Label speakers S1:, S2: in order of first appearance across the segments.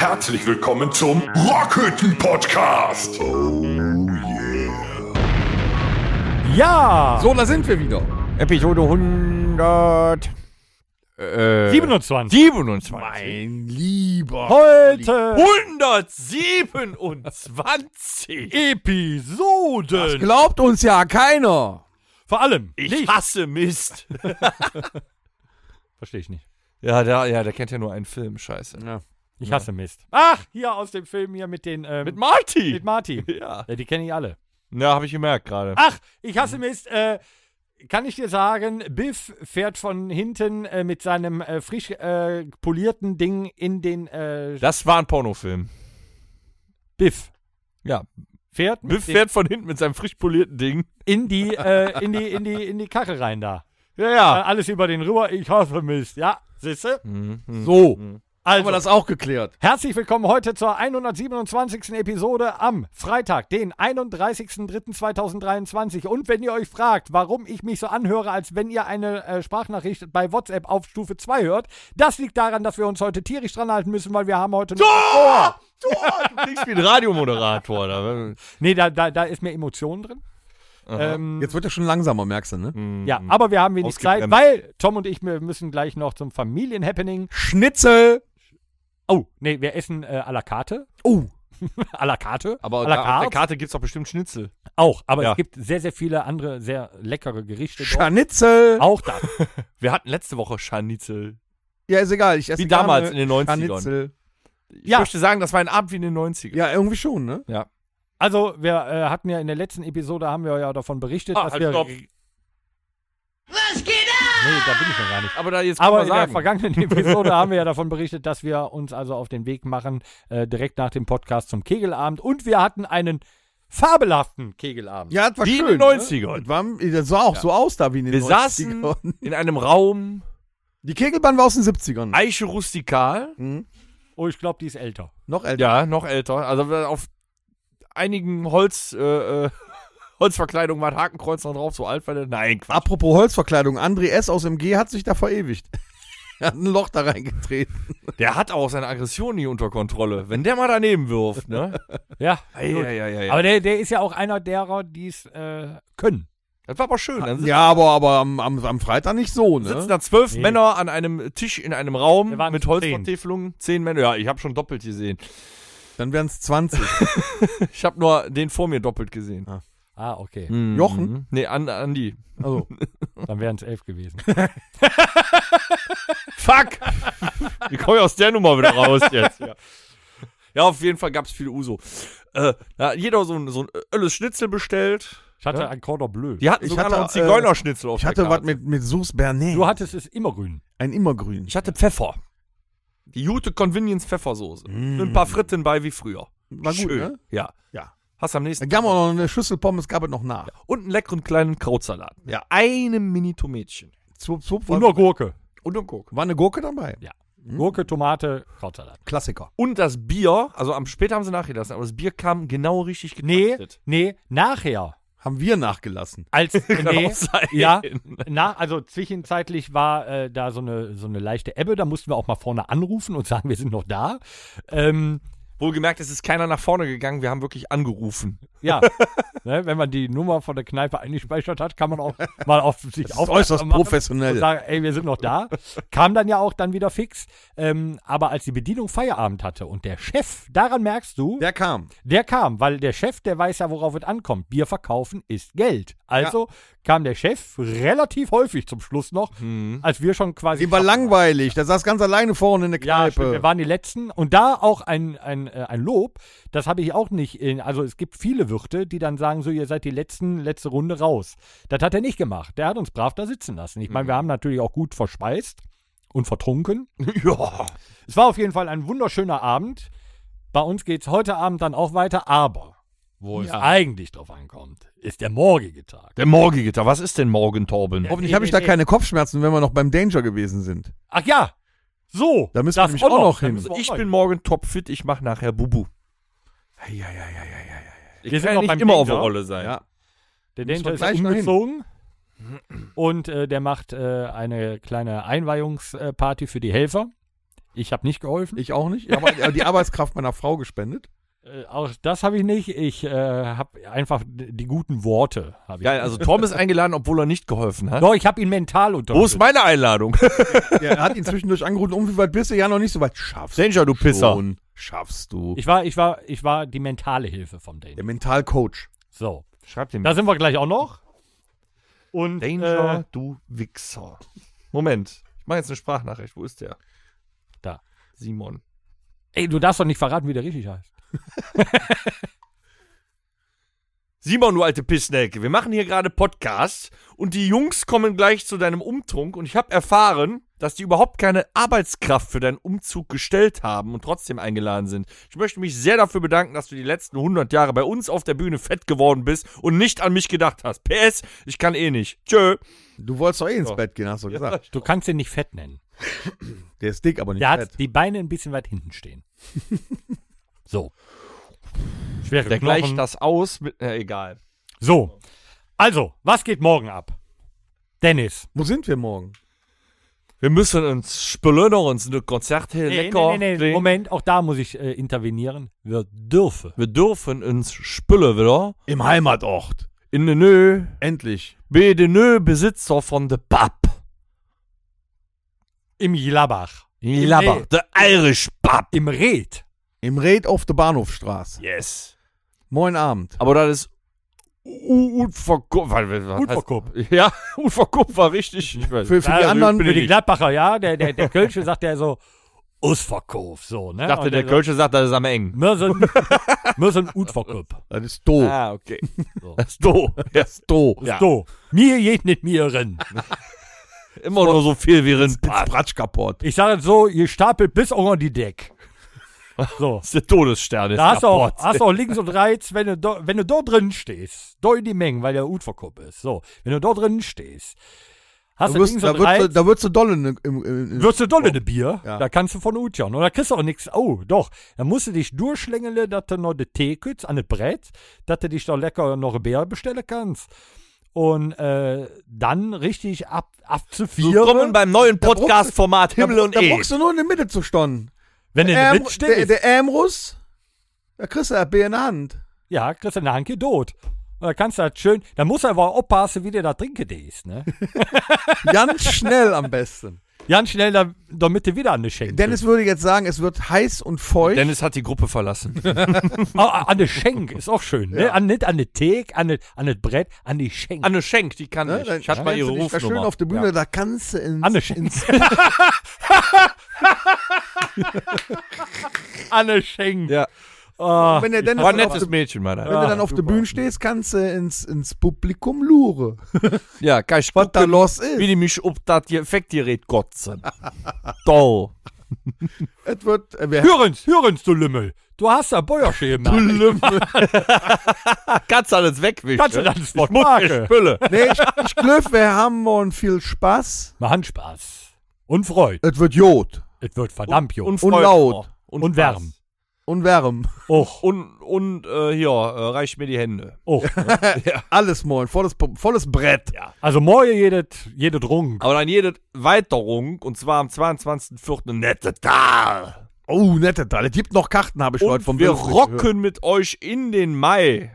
S1: Herzlich willkommen zum Rockhütten-Podcast. Oh
S2: Ja!
S3: So, da sind wir wieder.
S2: Episode 100. Äh,
S4: 27.
S2: 27.
S3: Mein lieber.
S2: Heute
S4: 127
S3: Das
S4: Episoden.
S3: glaubt uns ja keiner.
S4: Vor allem.
S3: Ich
S4: nicht.
S3: hasse Mist.
S4: Verstehe ich nicht.
S2: Ja, der, ja, der kennt ja nur einen Film, scheiße.
S4: Ich hasse Mist. Ach, hier aus dem Film hier mit den. Ähm,
S2: Mit Marty!
S4: mit Marty.
S2: ja.
S4: ja, die kenne ich alle.
S2: Ja, habe ich gemerkt gerade.
S4: Ach, ich
S2: Mhm.
S4: hasse Mist. Äh, kann ich dir sagen, Biff fährt von hinten äh, mit seinem äh, frisch äh, polierten Ding in den. Äh,
S2: Das war ein Pornofilm.
S4: Biff
S2: Ja.
S4: fährt, mit
S2: Biff fährt von hinten mit seinem frisch polierten Ding.
S4: dem, in die äh, in die in die in die Kacke rein da.
S2: Ja,
S4: Äh, alles über den rüber. Ich hasse Mist. Ja, siehste.
S2: Mhm. mhm.
S3: So, haben
S4: Also
S3: wir das auch geklärt.
S4: Herzlich willkommen heute zur 127. Episode am Freitag, den 31.03.2023. Und wenn ihr euch fragt, warum ich mich so anhöre, als wenn ihr eine äh, Sprachnachricht bei WhatsApp auf Stufe 2 hört, das liegt daran, dass wir uns heute tierisch dran halten müssen, weil wir haben heute noch...
S2: Tor! Tor! Du klingst wie ein Radiomoderator. Da.
S4: Nee, da, da, da ist mehr Emotion drin. Ähm,
S3: Jetzt wird er schon langsamer, merkst du, ne?
S2: Mhm.
S4: ja, aber wir haben wenig Zeit,
S2: Ausgebremst.
S4: weil Tom und ich wir müssen gleich noch zum Familienhappening.
S3: Schnitzel.
S4: Oh, nee, wir essen äh, à la carte.
S3: Oh.
S4: à la carte.
S2: Aber
S4: à
S2: da,
S4: la
S2: auf der
S4: carte.
S2: Karte gibt's doch bestimmt Schnitzel.
S4: Auch, aber
S2: Ja.
S4: es gibt sehr, sehr viele andere sehr leckere Gerichte. dort.
S3: Scharnitzel.
S4: Auch da.
S2: Wir hatten letzte Woche Scharnitzel.
S3: Ja, ist egal. ne? Ich esse
S2: Wie damals in
S3: gerne
S2: den 90ern.
S3: Scharnitzel.
S2: Ich
S4: Ja.
S2: möchte sagen, das war ein Abend wie in den 90ern.
S3: Ja, irgendwie schon, ne?
S4: Also, wir äh, hatten ja in der letzten Episode, haben wir ja davon berichtet,
S2: Ah,
S4: dass
S2: halt,
S4: wir...
S2: stopp.
S4: Nee, da bin ich noch gar nicht.
S2: Aber da jetzt
S4: Aber
S2: kann
S4: in
S2: man
S4: der
S2: sagen.
S4: vergangenen Episode haben wir ja davon berichtet, dass wir uns also auf den Weg machen, äh, direkt nach dem Podcast zum Kegelabend. Und wir hatten einen fabelhaften Kegelabend.
S3: Ja, das war
S2: Wie in
S3: schön.
S2: den 90ern.
S3: Ne? Das war- Das sah auch so aus da wie in den
S2: Wir
S3: 90ern.
S2: saßen in einem Raum,
S3: Die Kegelbahn war aus den 70ern.
S2: Eiche rustikal.
S3: Mhm.
S4: Oh, ich glaube, die ist älter.
S3: Noch älter.
S2: Ja, noch älter. Also wir auf einigen Holz, äh, äh, Holzverkleidungen war ein Hakenkreuz noch drauf, so alt war der. Nein, Quatsch.
S3: Apropos Holzverkleidung, André S. aus MG hat sich da verewigt. er hat ein Loch da reingetreten.
S2: Der hat auch seine Aggression nie unter Kontrolle. Wenn der mal daneben wirft, ne?
S4: Ja. gut.
S2: ja, ja,
S4: Aber der, der ist ja auch einer derer, die es äh, können.
S2: Das war aber schön. Dann
S3: Ja, aber, aber am, am, am Freitag nicht so, ne?
S2: sitzen da zwölf
S4: Nee.
S2: Männer an einem Tisch in einem Raum
S4: Wir waren
S2: mit
S4: zehn.
S2: Holzvertäfelungen. Zehn. Männer. Ja, ich habe schon doppelt gesehen.
S3: Dann wären es 20.
S2: Ich habe nur den vor mir doppelt gesehen.
S4: Ah, okay.
S2: Mhm.
S3: Jochen?
S2: Nee, an, Andi.
S3: Also,
S2: Hm.
S4: Dann wären es elf gewesen.
S2: Fuck! Wie komme ich aus der Nummer wieder raus jetzt? Ja, ja auf jeden Fall gab es viele Uso. Äh, da hat jeder so ein, so ein Ölles Schnitzel bestellt.
S4: Ich hatte
S2: Ja.
S4: ein Cordon Bleu.
S2: Die hatten
S3: Ich
S2: sogar
S3: hatte, äh,
S2: noch einen Zigeunerschnitzel auf
S3: ich
S2: der
S3: hatte was
S2: Karte.
S3: mit, mit Sauce Bernet.
S4: Du hattest es immer grün.
S3: ein Immergrün.
S2: Ich hatte Pfeffer. Die gute Convenience Pfeffersoße. Und ein paar Fritten bei wie früher.
S3: War gut, ne?
S2: Ja.
S3: Ja.
S2: Hast am
S3: Da
S2: nächsten
S3: gab es auch noch eine Schüssel Pommes, gab es noch nach.
S2: Und einen leckeren kleinen Krautsalat.
S3: Ja.
S2: Eine Mini-Tomätchen.
S3: Zup, zup,
S4: Und
S3: war,
S4: nur Gurke.
S2: Und ein Gurk.
S3: war eine Gurke dabei.
S4: Ja.
S2: Hm.
S4: Gurke, Tomate, Krautsalat.
S3: Klassiker.
S2: Und das Bier, also am später haben sie nachgelassen, aber das Bier kam genau richtig
S4: Nee,
S2: getaktet.
S4: nee, nachher.
S3: Haben wir nachgelassen.
S4: Als nee,
S2: sein.
S4: ja, na, also zwischenzeitlich war äh, da so eine, so eine leichte Ebbe, da mussten wir auch mal vorne anrufen und sagen, wir sind noch da. Ähm,
S2: Wohlgemerkt, es ist keiner nach vorne gegangen, wir haben wirklich angerufen.
S4: ja, ne, wenn man die Nummer von der Kneipe eingespeichert hat, kann man auch mal auf sich
S3: Das ist äußerst
S4: aufmerksam machen und
S3: professionell.
S4: sagen, ey, wir sind noch da. Kam dann ja auch dann wieder fix. Ähm, aber als die Bedienung Feierabend hatte und der Chef, daran merkst du,
S3: Der kam.
S4: Der kam, weil der Chef, der weiß ja, worauf es ankommt. Bier verkaufen ist Geld. Also kam der Chef relativ häufig zum Schluss noch, als wir schon quasi.
S3: Die war langweilig. Der saß ganz alleine vorne in der
S4: Ja,
S3: Kneipe.
S4: stimmt, wir waren die Letzten. Und da auch ein, ein, äh, ein Lob, das habe ich auch nicht. In, also es gibt viele Wirte, die dann sagen, so ihr seid die Letzten, letzte Runde raus. Das hat er nicht gemacht. Der hat uns brav da sitzen lassen. Ich meine,
S3: Mhm.
S4: wir haben natürlich auch gut verspeist und vertrunken.
S2: ja.
S4: Es war auf jeden Fall ein wunderschöner Abend. Bei uns geht es heute Abend dann auch weiter, aber wo es eigentlich drauf ankommt, ist der morgige Tag.
S2: Der morgige Tag. Was ist denn morgen, Torben?
S3: Hoffentlich habe ich da keine Kopfschmerzen, wenn wir noch beim Danger gewesen sind.
S4: Ach ja, so.
S3: Da müssen wir nämlich auch noch hin.
S4: Da müssen wir
S2: ich
S4: auch
S2: bin
S4: rein.
S2: morgen topfit, ich mache nachher Bubu.
S3: Eieieiei.
S2: Ich
S4: Wir sind
S2: kann ja
S4: noch
S2: nicht
S4: beim
S2: immer
S4: Ding,
S2: auf der
S4: ne?
S2: Rolle sein.
S3: Ja.
S4: Der
S3: Müssen wir
S4: Danger ist
S3: gleich noch hin.
S4: umgezogen. Und äh, der macht äh, eine kleine Einweihungsparty für die Helfer. Ich habe nicht geholfen.
S3: Ich auch nicht. Ich habe die Arbeitskraft meiner Frau gespendet.
S4: Äh, auch das habe ich nicht. Ich äh, habe einfach d- die guten Worte. Hab ich.
S2: Geil, also Tom ist eingeladen, obwohl er nicht geholfen hat.
S4: Doch, ich habe ihn mental
S2: Wo ist
S4: unterstützt.
S2: meine Einladung?
S3: Ja, er hat ihn zwischendurch angerufen, um wie weit bist du? Ja, noch nicht so weit. Schaffst
S2: Danger, du Pisser.
S3: Schon. Schaffst du.
S4: Ich war, ich war, ich war die mentale Hilfe vom Dane.
S3: Der Mentalcoach.
S4: So,
S2: Schreib dem
S4: da sind wir gleich auch noch. Und
S2: Danger,
S4: Äh,
S2: du Wichser. Moment, ich mache jetzt eine Sprachnachricht. Wo ist der?
S4: Da.
S2: Simon.
S4: äh, ey, du darfst doch nicht verraten, wie der richtig heißt.
S2: Simon, du alte Pissnelke, wir machen hier gerade Podcasts und die Jungs kommen gleich zu deinem Umtrunk und ich habe erfahren, dass die überhaupt keine Arbeitskraft für deinen Umzug gestellt haben und trotzdem eingeladen sind. Ich möchte mich sehr dafür bedanken, dass du die letzten 100 Jahre bei uns auf der Bühne fett geworden bist und nicht an mich gedacht hast. PS, ich kann eh nicht. Tschö.
S3: Du wolltest doch eh ins
S2: So.
S3: Bett gehen, hast du gesagt.
S4: Du kannst ihn nicht fett nennen.
S3: Der ist dick, aber nicht
S4: Der
S3: fett.
S4: hat die Beine ein bisschen weit hinten stehen. so. Schwere
S2: Der
S4: Knochen.
S2: gleicht das aus mit, na egal.
S4: So. Also, was geht morgen ab? Dennis.
S3: Wo sind wir morgen?
S2: Wir müssen uns spülen uns ein Konzert hier lecker. trinken.
S4: Moment, auch da muss ich äh, intervenieren. Wir dürfen.
S2: Wir dürfen uns spülen wieder.
S3: Im Heimatort.
S2: In de Nö,
S3: Endlich.
S2: bin de Nö Besitzer von de Pub.
S4: Im Jilabach.
S2: Laber, de Irish Pub.
S4: Im Red.
S3: Im Red auf der Bahnhofstraße.
S2: Yes.
S3: Moin Abend.
S2: Aber das ist u- unverkauft. was- was heißt-
S4: Unverkauft.
S2: Ja, unverkauft war richtig. Ich weiß.
S3: Für, für die
S4: Ja,
S3: anderen.
S4: Für die Gladbacher, ja. Der, der, der Kölsche sagt ja so, Usverkauf, so, ne?
S2: Ich dachte,
S4: Und
S2: der
S4: so,
S2: Kölsche sagt, das ist am Eng.
S4: Mörsen, Mörsen Utverkauf.
S3: das ist doof.
S2: Ah, okay.
S4: So.
S2: Das ist doof. Das ist doof. Ja.
S4: So, mir geht nicht mir rennen.
S2: Immer nur so viel wie ein Pub.
S3: Bratsch kaputt.
S4: Ich sage so, ihr stapelt bis auch an die Deck. So.
S2: Das ist der Todesstern.
S4: Da hast du, auch,
S2: Rapport.
S4: hast du auch links und rechts, wenn du, do, wenn du dort drin stehst, da in die Menge, weil der Utverkupp ist. So, wenn du dort drin stehst, hast
S3: Da
S4: du
S3: wirst,
S4: links
S3: da,
S4: und
S3: wirst, du-
S4: rechts,
S3: da wirst du doll in, im, im, im,
S4: wirst du dolle ne Bier,
S3: Ja.
S4: da kannst du von Utjan. Und da kriegst du auch nichts. Oh, doch. Da musst du dich durchschlängeln, dass du noch de Tee kriegst an das Brett, dass du dich da lecker noch ein Bier bestellen kannst. Und äh, dann richtig ab, ab zu vier.
S2: Willkommen beim neuen Podcast-Format E. Himmel
S3: da,
S2: und
S3: da
S4: E.
S2: Erde.
S3: brauchst du nur in der Mitte zu stonnen.
S4: wenn du
S3: Ähm,
S4: ähm, mit
S3: der,
S4: stehst.
S3: der Ämrus, da kriegst du das Bier in der Hand.
S4: Ja, kriegst du eine Hanke tot. Da kannst du halt schön, da musst du aber aufpassen, wie du da trinken gehst, ne?
S3: Ganz schnell am besten.
S4: Ganz schnell, da, damit du wieder an die Schenkel.
S3: Dennis würde jetzt sagen, es wird heiß und feucht.
S2: Hm. Dennis hat die Gruppe verlassen.
S4: Oh, an die Schenk ist auch schön, ne? An, nicht an die Theke, an die- an das Brett, an die Schenk.
S2: Anne Schenk, die kann
S3: Ne?
S2: nicht.
S3: Dann
S2: Ich hatte mal
S3: stellst
S2: ihre
S3: du dich da schön
S2: Rufnummer.
S3: auf der Bühne, da kannst du ins,
S4: Anne Schenk.
S3: ins
S4: Anne Schenk.
S2: Ja.
S4: Ah,
S3: wenn der Dennis
S2: War ein
S3: dann auf
S2: nettes
S3: der-
S2: Mädchen, meiner.
S3: wenn
S2: Ja,
S3: du dann auf der Bühne stehst, kannst du ins, ins Publikum lure.
S2: ja kann ich
S3: Was da
S2: gucken,
S3: los ist.
S2: wie die mich ob das Effektgerät kotzen. Toll.
S3: Es wird, äh, wir
S4: hörens, hörens, du Lümmel. Du hast da Bäuerschäden. Du Lümmel.
S2: Kannst alles wegwischen.
S4: Kannst du das Wort
S2: Ich
S4: machen?
S2: spülle.
S3: Nee, ich, ich glaube, wir haben morgen viel Spaß.
S4: Mal Handspaß. Und Freude.
S3: Es wird Jod
S4: Es wird verdammt, jo.
S2: Und,
S3: Und
S2: Freude.
S3: laut.
S2: Und,
S4: Und
S2: Spaß.
S4: wärm.
S3: und Wärme.
S4: Och,
S2: Und, und äh, hier, äh, reich mir die Hände.
S4: och.
S3: Alles morgen, volles, volles Brett.
S2: Ja.
S4: Also morgen jedes, jede Drunk.
S2: Aber dann jede Weiterung, und zwar am 22.04. nette Tal.
S3: Oh, nette Teil. Es gibt noch Karten, habe ich heute
S2: Und
S3: vom
S2: wir
S3: Bill Fritz gehört.
S2: rocken mit euch in den Mai.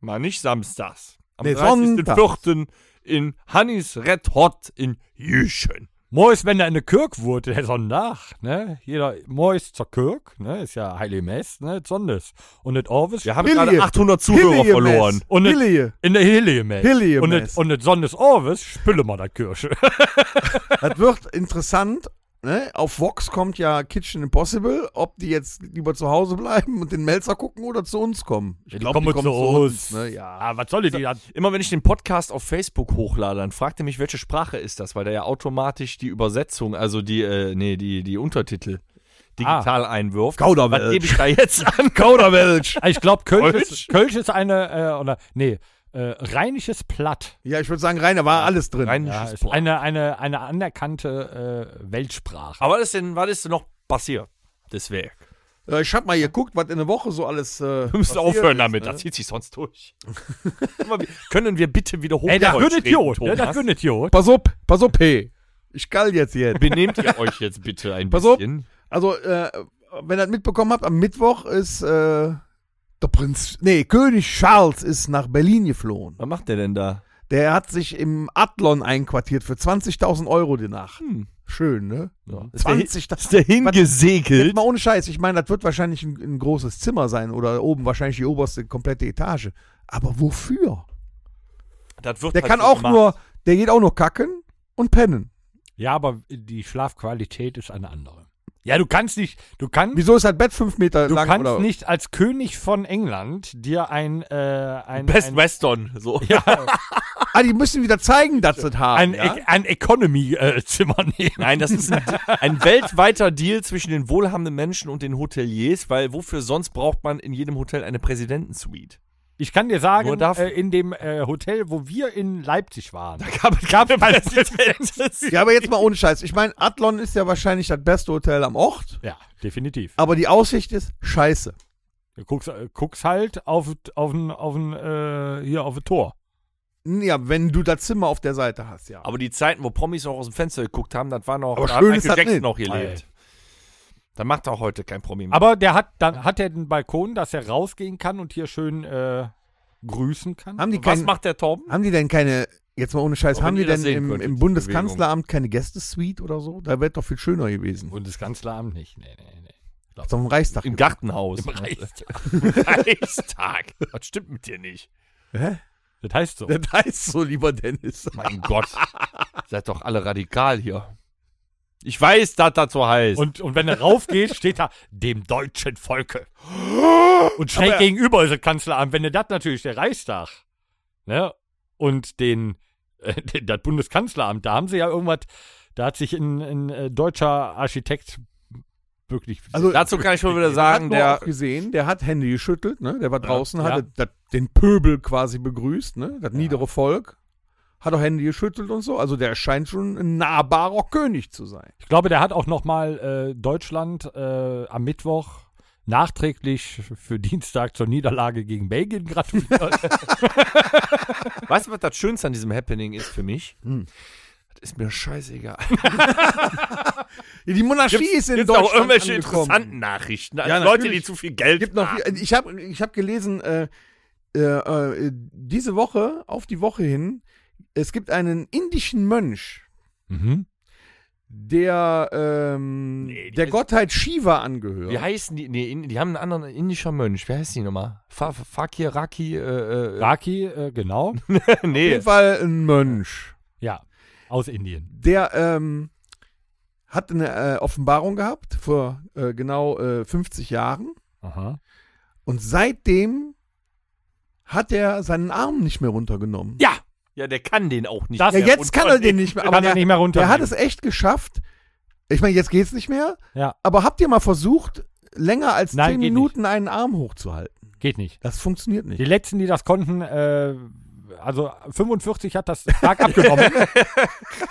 S2: Mal nicht samstags. Am
S3: Nee,
S2: 30.04. in Hannis Red Hot in Jüchen.
S4: Mois, wenn er in der Kirk wurde, der Sonntag, ne? Jeder Mois zur Kirk, ne? Ist ja Heilige Mess, ne? Sondes. Und das Orvis
S2: Wir haben
S3: Hilje.
S2: gerade 800 Zuhörer
S3: Hillie
S2: verloren.
S3: Mess.
S4: Und ne-
S3: Hillie.
S4: in der Hillige Mess.
S3: Hillige
S4: und
S3: Mess.
S4: Das, und das Sondes Orvis spülle mal der Kirsche.
S3: Das wird interessant. Ne? Auf Vox kommt ja Kitchen Impossible. Ob die jetzt lieber zu Hause bleiben und den Melzer gucken oder zu uns kommen. Ich glaub, ne? ja.
S4: Ah, was soll ich die dann?
S2: Immer wenn ich den Podcast auf Facebook hochlade, dann fragt er mich, welche Sprache ist das, weil der ja automatisch die Übersetzung, also die, äh, nee, die, die Untertitel digital einwirft.
S3: Ah. Kauderwelsch.
S2: Was gebe ich da jetzt an?
S3: Kauderwelsch.
S4: Ah, Ich glaube, Kölsch, ist-
S2: Deutsch?
S4: Kölsch ist eine, äh, oder, nee, äh, rheinisches Platt.
S3: Ja, ich würde sagen, Rainer war alles drin.
S4: Ja,
S2: Rheinisches
S4: ist
S2: Platt.
S4: eine, eine, eine anerkannte äh, Weltsprache.
S2: Aber was ist denn, was ist denn noch passiert? Deswegen.
S3: Äh, ich hab mal geguckt, was in der Woche so alles. Äh,
S2: Wir müssen
S3: passiert
S2: aufhören
S3: ist,
S2: damit,
S3: ne?
S2: das zieht sich sonst durch. Immer wie- Können wir bitte wieder hoch
S4: Ey, das wird nicht jod. ne? Das wird nicht jod.
S3: Pass auf, pass auf, hey. Ich gall jetzt hier.
S2: Benehmt ihr euch jetzt bitte ein
S3: Pass auf.
S2: bisschen.
S3: Also, äh, wenn ihr das mitbekommen habt, am Mittwoch ist äh, der Prinz, nee, König Charles ist nach Berlin geflohen.
S2: Was macht der denn da?
S3: Der hat sich im Adlon einquartiert für 20.000 Euro die Nacht.
S2: Hm.
S3: Schön, ne?
S2: Ja. Ist, der, hin-
S3: 20.000.
S2: ist der hingesegelt?
S3: Jetzt mal ohne Scheiß. Ich meine, das wird wahrscheinlich ein, ein großes Zimmer sein oder oben wahrscheinlich die oberste komplette Etage. Aber wofür?
S2: Das wird
S3: Der
S2: halt
S3: kann
S2: so
S3: auch
S2: gemacht.
S3: nur, der geht auch nur kacken und pennen.
S4: Ja, aber die Schlafqualität ist eine andere. Ja, du kannst nicht, du kannst,
S3: Wieso ist das Bett fünf Meter
S4: du
S3: lang?
S4: kannst
S3: oder?
S4: nicht als König von England dir ein, äh, ein,
S2: Best
S4: ein,
S2: Western. So.
S3: Ah, die müssen wieder zeigen, dass sie das haben.
S4: ein,
S3: ja?
S4: E- ein Economy-Zimmer nehmen.
S2: Nein, das ist ein, ein weltweiter Deal zwischen den wohlhabenden Menschen und den Hoteliers, weil wofür sonst braucht man in jedem Hotel eine Präsidentensuite?
S4: Ich kann dir
S2: Nur
S4: sagen,
S2: dafür.
S4: äh, in dem äh, Hotel, wo wir in Leipzig waren,
S2: Gab es keine Präsidentensuite?
S3: Ja, aber jetzt mal ohne Scheiß. Ich meine, Adlon ist ja wahrscheinlich das beste Hotel am Ort,
S4: ja, definitiv.
S3: aber die Aussicht ist scheiße.
S4: Du guckst, äh, guckst halt auf, auf, ein, auf ein, äh, hier auf ein Tor.
S3: Ja, wenn du das Zimmer auf der Seite hast, ja.
S2: Aber die Zeiten, wo Promis auch aus dem Fenster geguckt haben, das war noch,
S3: Aber
S2: da
S3: schön
S2: hat
S3: ist das
S2: Michael Jackson
S3: nicht.
S2: noch gelebt. Da macht auch heute kein Promi mehr.
S4: Aber der hat, dann hat er den Balkon, dass er rausgehen kann und hier schön äh, grüßen kann.
S3: haben, die
S2: was
S3: kein,
S2: macht der Torben?
S3: haben die denn keine, jetzt mal ohne Scheiß,
S2: Aber
S3: haben die
S2: wenn ihr das
S3: denn
S2: sehen
S3: im,
S2: könntet,
S3: im
S2: die
S3: Bundeskanzleramt keine Gästesuite oder so? Da wäre doch viel schöner gewesen.
S4: Bundeskanzleramt nicht. Nee, nee, nee.
S3: Hat's auf dem Reichstag.
S2: Im Gartenhaus.
S4: Im Reichstag.
S2: Reichstag. Das stimmt mit dir nicht.
S3: Hä?
S4: Das heißt so.
S3: Das heißt so, lieber Dennis.
S2: Mein Gott. Seid doch alle radikal hier. Ich weiß, dass das so heißt.
S4: Und, und wenn er raufgeht, steht da dem deutschen Volke. Und schräg gegenüber ist das Kanzleramt. Wenn er das natürlich der Reichstag ne? und den, äh, den, das Bundeskanzleramt, da haben sie ja irgendwas, da hat sich ein, ein äh, deutscher Architekt wirklich.
S3: Also,
S2: Dazu kann ich schon wieder
S3: der hat
S2: sagen,
S3: nur
S2: der
S3: oft gesehen, der hat Hände geschüttelt, ne? Der war draußen,
S4: Ja.
S3: hatte das, den Pöbel quasi begrüßt, ne? Das niedere Volk. Hat auch Hände geschüttelt und so. Also der scheint schon ein nahbarer König zu sein.
S4: ich glaube, der hat auch nochmal äh, Deutschland äh, am Mittwoch nachträglich für Dienstag zur Niederlage gegen Belgien gratuliert.
S2: Weißt du, was das Schönste an diesem Happening ist für mich? Das ist mir scheißegal.
S3: Ja, die Monarchie ist in Deutschland angekommen.
S2: Nachrichten.
S3: Ja, natürlich.
S2: zu viel Geld
S3: Gibt noch, viel- ich habe ich hab gelesen, äh, äh, äh, diese Woche, auf die Woche hin, es gibt einen indischen Mönch,
S4: mhm.
S3: der ähm,
S2: Nee, die
S3: der
S2: ist-
S3: Gottheit Shiva angehört.
S2: Wie heißen die? Nee, in, die haben einen anderen indischer Mönch. Wie heißt die nochmal? Fa Fa- Fakir, Raki, äh, äh,
S4: Raki, äh, genau.
S3: Auf
S2: nee.
S3: jeden Fall ein Mönch.
S4: Ja, aus Indien.
S3: Der ähm, hat eine äh, Offenbarung gehabt vor äh, genau äh, 50 Jahren
S4: Aha.
S3: und seitdem hat er seinen Arm nicht mehr runtergenommen.
S4: Ja,
S2: Ja, der kann den auch nicht.
S4: Das-
S3: Ja,
S2: mehr.
S3: jetzt
S2: Und
S3: kann
S2: von
S3: er den nicht mehr, aber
S4: kann er
S3: der,
S4: nicht mehr runter.
S3: der hat es echt geschafft. Ich meine, jetzt geht's nicht mehr,
S4: Ja.
S3: aber habt ihr mal versucht, länger als
S4: Nein,
S3: 10
S4: geht
S3: Minuten einen Arm hochzuhalten?
S4: Geht nicht.
S3: Das funktioniert
S4: Die
S3: nicht.
S4: letzten, die das konnten, äh, also 45 hat das stark abgenommen.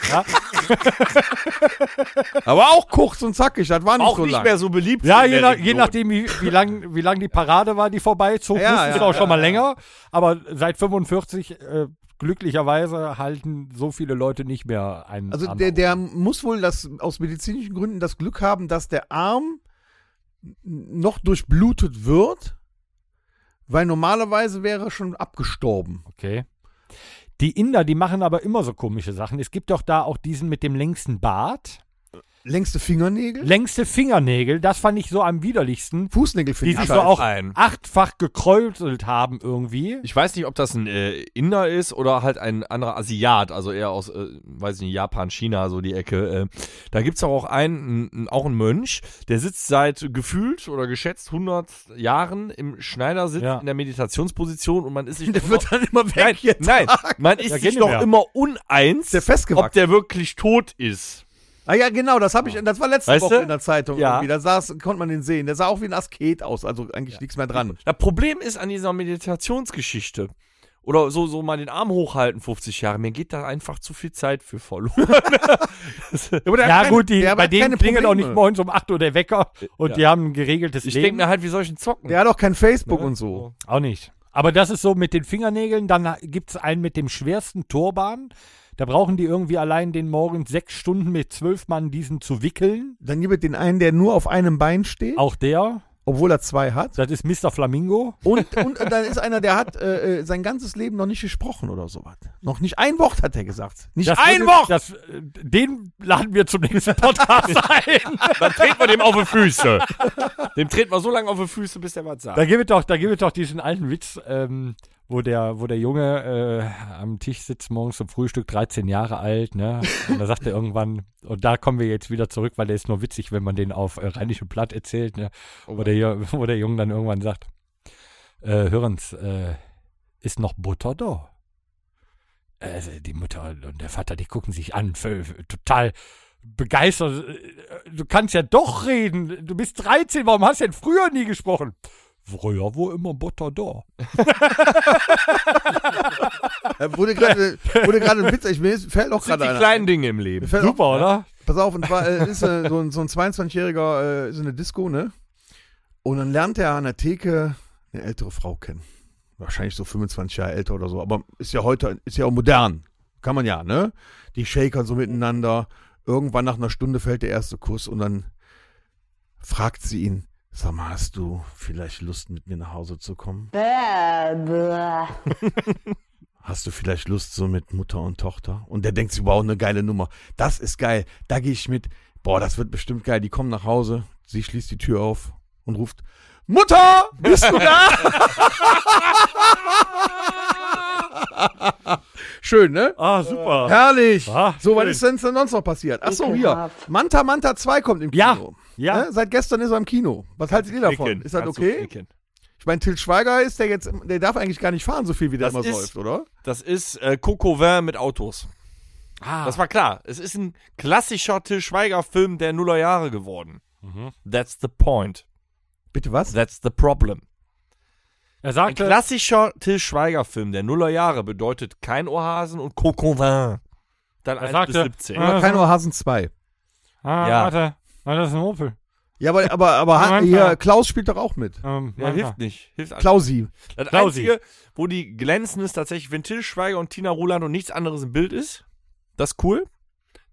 S4: ja,
S3: Aber auch kurz und zackig, das war nicht
S2: auch
S3: so
S2: nicht
S3: lang.
S2: mehr so beliebt.
S4: ja
S2: in
S4: je,
S2: der
S4: nach, je
S2: Region.
S4: nachdem, wie, wie lang wie lang die Parade war, die vorbeizog,
S3: Ja,
S4: wussten sie
S3: ja,
S4: auch schon
S3: ja,
S4: mal
S3: ja.
S4: länger. Aber seit 45 äh, glücklicherweise halten so viele Leute nicht mehr einen.
S3: Also
S4: Arm
S3: der,
S4: hoch.
S3: der muss wohl das aus medizinischen Gründen das Glück haben, dass der Arm n- noch durchblutet wird, weil normalerweise wäre er schon abgestorben.
S4: Okay. Die Inder, die machen aber immer so komische Sachen. Es gibt doch da auch diesen mit dem längsten Bart,
S3: Längste Fingernägel?
S4: längste Fingernägel. Das fand ich so am widerlichsten.
S3: Fußnägel finde
S4: Die
S3: ich
S4: sich so
S3: scheiße.
S4: auch
S2: Ein.
S4: achtfach gekräuselt haben irgendwie.
S2: Ich weiß nicht, ob das ein äh, Inder ist oder halt ein anderer Asiat, also eher aus, äh, weiß ich nicht, Japan, China, so die Ecke. Äh, da gibt's doch auch einen, n- auch einen Mönch, der sitzt seit gefühlt oder geschätzt 100 Jahren im Schneidersitz
S4: Ja.
S2: in der Meditationsposition und man ist sich
S3: Der
S2: doch
S3: wird dann immer
S2: nein,
S3: weg jetzt.
S2: nein, man ist
S4: Ja, geht
S2: sich
S4: nicht
S2: doch
S4: mehr.
S2: immer uneins,
S3: Der
S2: ob
S3: festgewachsen.
S2: der wirklich tot ist.
S3: ah ja, genau, das habe ich, das war letzte
S2: Weißt
S3: Woche
S2: du?
S3: in der Zeitung.
S2: Ja.
S3: irgendwie. Da saß, konnte man den sehen. Der sah auch wie ein Asket aus, also eigentlich nichts mehr dran.
S2: Das Problem ist an dieser Meditationsgeschichte Oder so, so mal den Arm hochhalten, 50 Jahre. Mir geht da einfach zu viel Zeit für verloren.
S3: aber der hat
S4: Ja,
S3: keine-
S4: gut, die,
S3: der hat
S4: bei denen
S3: keine
S4: klingelt auch nicht
S3: Probleme.
S4: morgens um 8 Uhr der Wecker und
S2: Ja.
S4: die haben ein geregeltes
S2: Ich denke
S4: Leben.
S2: mir halt, wie soll ich denn zocken?
S3: Der hat auch kein Facebook
S2: Ne?
S3: und so.
S4: Auch nicht. Aber das ist so mit den Fingernägeln, dann gibt es einen mit dem schwersten Turban. Da brauchen die irgendwie allein den Morgen sechs Stunden mit zwölf Mann diesen zu wickeln.
S3: Dann gibt es den einen, der nur auf einem Bein steht,
S4: Auch der,
S3: obwohl er zwei hat.
S4: das ist Mr. Flamingo.
S3: Und, und dann ist einer, der hat äh, äh, sein ganzes Leben noch nicht gesprochen oder sowas. Noch nicht ein Wort hat er gesagt. Nicht
S4: Das
S3: ein
S4: würde-
S3: Wort!
S4: Das, äh, den laden wir zum nächsten Podcast ein.
S2: Dann treten wir dem auf die Füße. Dem treten wir so lange auf die Füße, bis der was sagt.
S4: Da gibt es doch, da gibt es doch diesen alten Witz, ähm, wo der, wo der Junge äh, am Tisch sitzt morgens zum Frühstück, 13 Jahre alt, ne? Und da sagt er irgendwann, und da kommen wir jetzt wieder zurück, weil der ist nur witzig, wenn man den auf äh, rheinischem Platt erzählt, ne? Wo der, Ju- wo der Junge dann irgendwann sagt, äh, hören's, äh, ist noch Butter da? Also die Mutter und der Vater, die gucken sich an, vö- vö- total begeistert. äh, Du kannst ja doch reden. Du bist 13, warum hast du denn früher nie gesprochen? Früher wo immer Butter da.
S3: Da Äh, wurde gerade wurde gerade ein Witz, ich, mir ist- fällt auch
S2: Das sind
S3: gerade
S2: die
S3: halt einer.
S2: kleinen Dinge im
S3: Mir
S2: Leben.
S3: fällt
S4: Super, oder?
S3: Pass auf, und zwar äh, ist äh, so ein, so ein 22-Jähriger, äh, ist in der Disco, ne? Und dann lernt er an der Theke eine ältere Frau kennen. Wahrscheinlich so 25 Jahre älter oder so, aber ist ja heute, ist ja auch modern. Kann man ja, ne? Die shakern so miteinander. Irgendwann nach einer Stunde fällt der erste Kuss und dann fragt sie ihn, sag mal, hast du vielleicht Lust, mit mir nach Hause zu kommen? Hast du vielleicht Lust so mit Mutter und Tochter? Und der denkt sich, wow, eine geile Nummer. Das ist geil. Da gehe ich mit. Boah, das wird bestimmt geil. Die kommen nach Hause. Sie schließt die Tür auf und ruft, Mutter, bist du da? Schön, ne?
S4: Ah, super.
S3: Herrlich.
S4: Ah,
S3: so, was
S4: schön.
S3: ist denn sonst noch passiert? Achso, hier. Manta Manta 2 kommt im
S4: Ja,
S3: Kino.
S4: ja.
S3: Ne? Seit gestern ist er im Kino. Was haltet ihr davon? Ist das
S2: Kannst du
S3: okay?
S2: knicken.
S3: Ich meine, Till Schweiger ist der jetzt, der darf eigentlich gar nicht fahren, so viel wie der
S2: Das
S3: immer
S2: ist-
S3: säuft, oder?
S2: Das ist äh, Coco Vin mit Autos.
S4: Ah,
S2: Das war klar. Es ist ein klassischer Till Schweiger-Film der Nullerjahre geworden. That's the point.
S3: Bitte was?
S2: That's the problem.
S4: Er
S2: Ein
S4: sagte,
S2: klassischer Till Schweiger-Film der Nullerjahre bedeutet kein Ohrhasen und Coco Vin. Dann 1
S4: sagte,
S2: bis 17.
S4: äh,
S3: Aber kein Ohrhasen 2.
S4: ah,
S2: Ja.
S4: warte, ah, das ist ein Opel.
S3: Ja, aber, aber, aber hat,
S4: Moment
S3: hier,
S4: mal.
S3: Klaus spielt doch auch mit.
S4: Ähm,
S2: ja,
S4: Manta.
S2: hilft nicht. Hilft alles.
S3: Klausi.
S2: Das
S4: Klausi.
S2: Einzige, wo die glänzen, ist tatsächlich, wenn Till Schweiger und Tina Roland und nichts anderes im Bild ist. Das ist cool.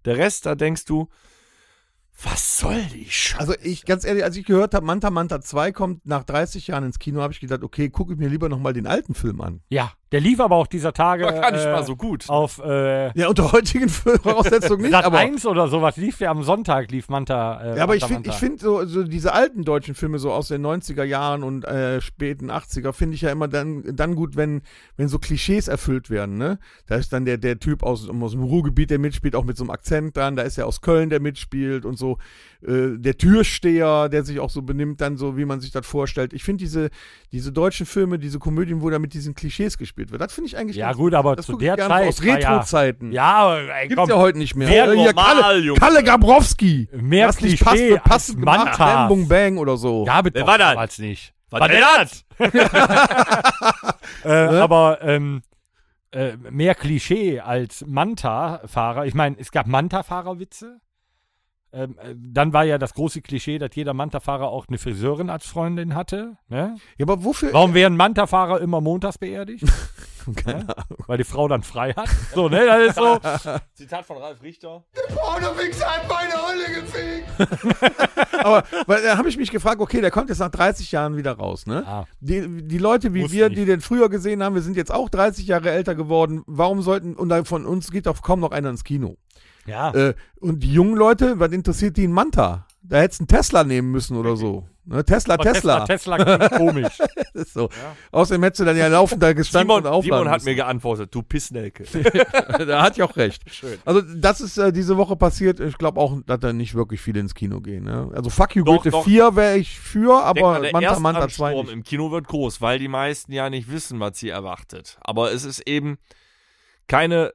S2: Der Rest, da denkst du, was soll die Scheiße?
S3: Also ich, ganz ehrlich, als ich gehört habe, Manta Manta 2 kommt nach 30 Jahren ins Kino, habe ich gedacht, okay, gucke ich mir lieber nochmal den alten Film an.
S4: Ja, der lief aber auch dieser Tage
S2: War gar nicht
S4: äh,
S2: mal so gut.
S4: auf äh,
S3: Ja, unter heutigen Voraussetzungen nicht,
S4: Sat
S3: aber...
S4: 1 oder sowas lief der am Sonntag, lief Manta. Äh,
S3: Ja, aber ich
S4: Manta,
S3: finde ich
S4: Manta.
S3: find so, so diese alten deutschen Filme so aus den 90er Jahren und äh, späten 80er finde ich ja immer dann, dann gut, wenn, wenn so Klischees erfüllt werden, ne? Da ist dann der, der Typ aus, aus dem Ruhrgebiet, der mitspielt, auch mit so einem Akzent dran, da ist der aus Köln, der mitspielt und so äh, der Türsteher, der sich auch so benimmt, dann so, wie man sich das vorstellt. Ich finde diese, diese deutschen Filme, diese Komödien, wo da mit diesen Klischees gespielt wird, das finde ich eigentlich
S4: Ja,
S3: ganz-
S4: gut, aber
S3: das
S4: zu
S3: guck
S4: der
S3: ich gerne so
S4: Zeit.
S3: aus
S4: war ja-
S3: Retro-Zeiten.
S4: Ja, aber ey,
S3: Gibt's
S4: komm,
S3: ja heute nicht mehr.
S2: Sehr
S3: Äh, hier,
S2: normal,
S3: Kalle,
S2: Junge.
S3: Kalle Gabrowski.
S4: Mehr
S3: Was nicht
S4: Klischee
S3: passt, wird
S4: als
S3: passend gemacht.
S4: Manta.
S3: Bam, bung, bang oder so.
S4: Ja, bitte.
S2: Oh, Wer war das?
S4: Damals nicht.
S2: Was denn das?
S4: Äh, Aber ähm, äh, mehr Klischee als Manta-Fahrer. Ich meine, es gab Manta-Fahrer-Witze. Ähm, äh, dann war ja das große Klischee, dass jeder Manta-Fahrer auch eine Friseurin als Freundin hatte. Ne?
S3: Ja, aber wofür?
S4: Warum werden Manta-Fahrer immer montags beerdigt? Ne?
S3: Keine Ahnung.
S4: Weil die Frau dann frei hat. So, ne? Das ist so.
S2: Zitat von Ralf Richter.
S3: Aber weil, da habe ich mich gefragt, okay, der kommt jetzt nach 30 Jahren wieder raus, ne?
S4: Ah.
S3: Die, die Leute wie
S4: Muss
S3: wir,
S4: nicht.
S3: die den früher gesehen haben, wir sind jetzt auch 30 Jahre älter geworden. Warum sollten, und da von uns geht doch kaum noch einer ins Kino.
S4: Ja.
S3: Äh, und die jungen Leute, was interessiert die in Manta? Da hättest du einen Tesla nehmen müssen oder so. Ne? Tesla, Tesla.
S4: Tesla, klingt komisch.
S3: Das ist so. Außerdem hättest du dann ja laufend da gestanden
S2: Simon,
S3: und aufladen
S2: Simon hat
S3: müssen.
S2: mir geantwortet, du Pissnelke.
S3: da hat ja auch recht. Also das ist äh, diese Woche passiert. Ich glaube auch, dass da nicht wirklich viele ins Kino gehen. Ne? Also Fuck You
S2: Doch,
S3: Goethe
S2: doch.
S3: 4 wäre ich für,
S2: Denk mal,
S3: aber
S2: der
S3: Manta Manta 2
S2: Erstansturm
S3: nicht.
S2: im Kino wird groß, weil die meisten ja nicht wissen, was sie erwartet. Aber es ist eben keine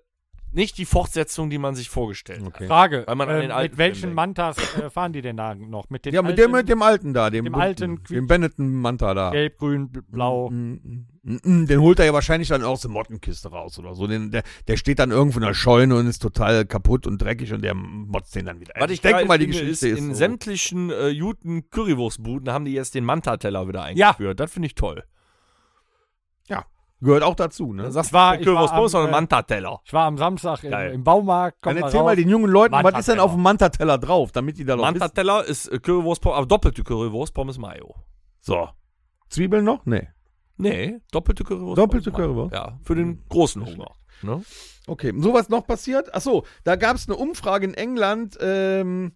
S2: nicht die Fortsetzung, die man sich vorgestellt hat.
S4: Frage,
S2: Weil man an
S4: ähm,
S2: den alten
S4: mit welchen
S2: Film denkt.
S4: Mantas äh, fahren die denn da noch? Mit den
S3: Ja, mit dem, mit dem alten da, dem,
S4: dem
S3: bunten,
S4: alten Quietsch-
S3: dem Benetton Manta da.
S4: Gelb, grün, bl-
S2: Mhm.
S4: blau.
S3: Mm, mm, mm, Den holt er ja wahrscheinlich dann aus der Mottenkiste raus oder so. Den, der, der steht dann irgendwo in der Scheune und ist total kaputt und dreckig und der motzt den dann wieder.
S2: Was ich geil finde, ist, in sämtlichen äh, juten Currywurstbuden haben die jetzt den Manta-Teller wieder eingeführt. Das finde ich toll.
S3: gehört auch dazu, ne?
S2: Dann sagst du,
S4: war-
S2: der
S4: ich war am,
S2: Currywurstbums
S4: äh,
S2: sondern Manta-Teller.
S4: Ich war am Samstag im,
S2: Geil.
S4: im Baumarkt. komm
S3: Dann erzähl
S4: raus.
S3: mal den jungen Leuten, was ist denn
S2: Manta-Teller.
S3: auf dem Manta-Teller drauf, damit die da noch wissen.
S2: Manta-Teller ist äh, Currywurstpommes, aber doppelte Currywurst, Pommes Mayo.
S3: So. Zwiebeln noch? Nee.
S2: Nee, doppelte Currywurst.
S3: Doppelte
S2: Pommes Mayo.
S3: Currywurst.
S2: Ja, für den großen Hunger. Ne?
S3: Okay, so was noch passiert? Achso, da gab es eine Umfrage in England, ähm,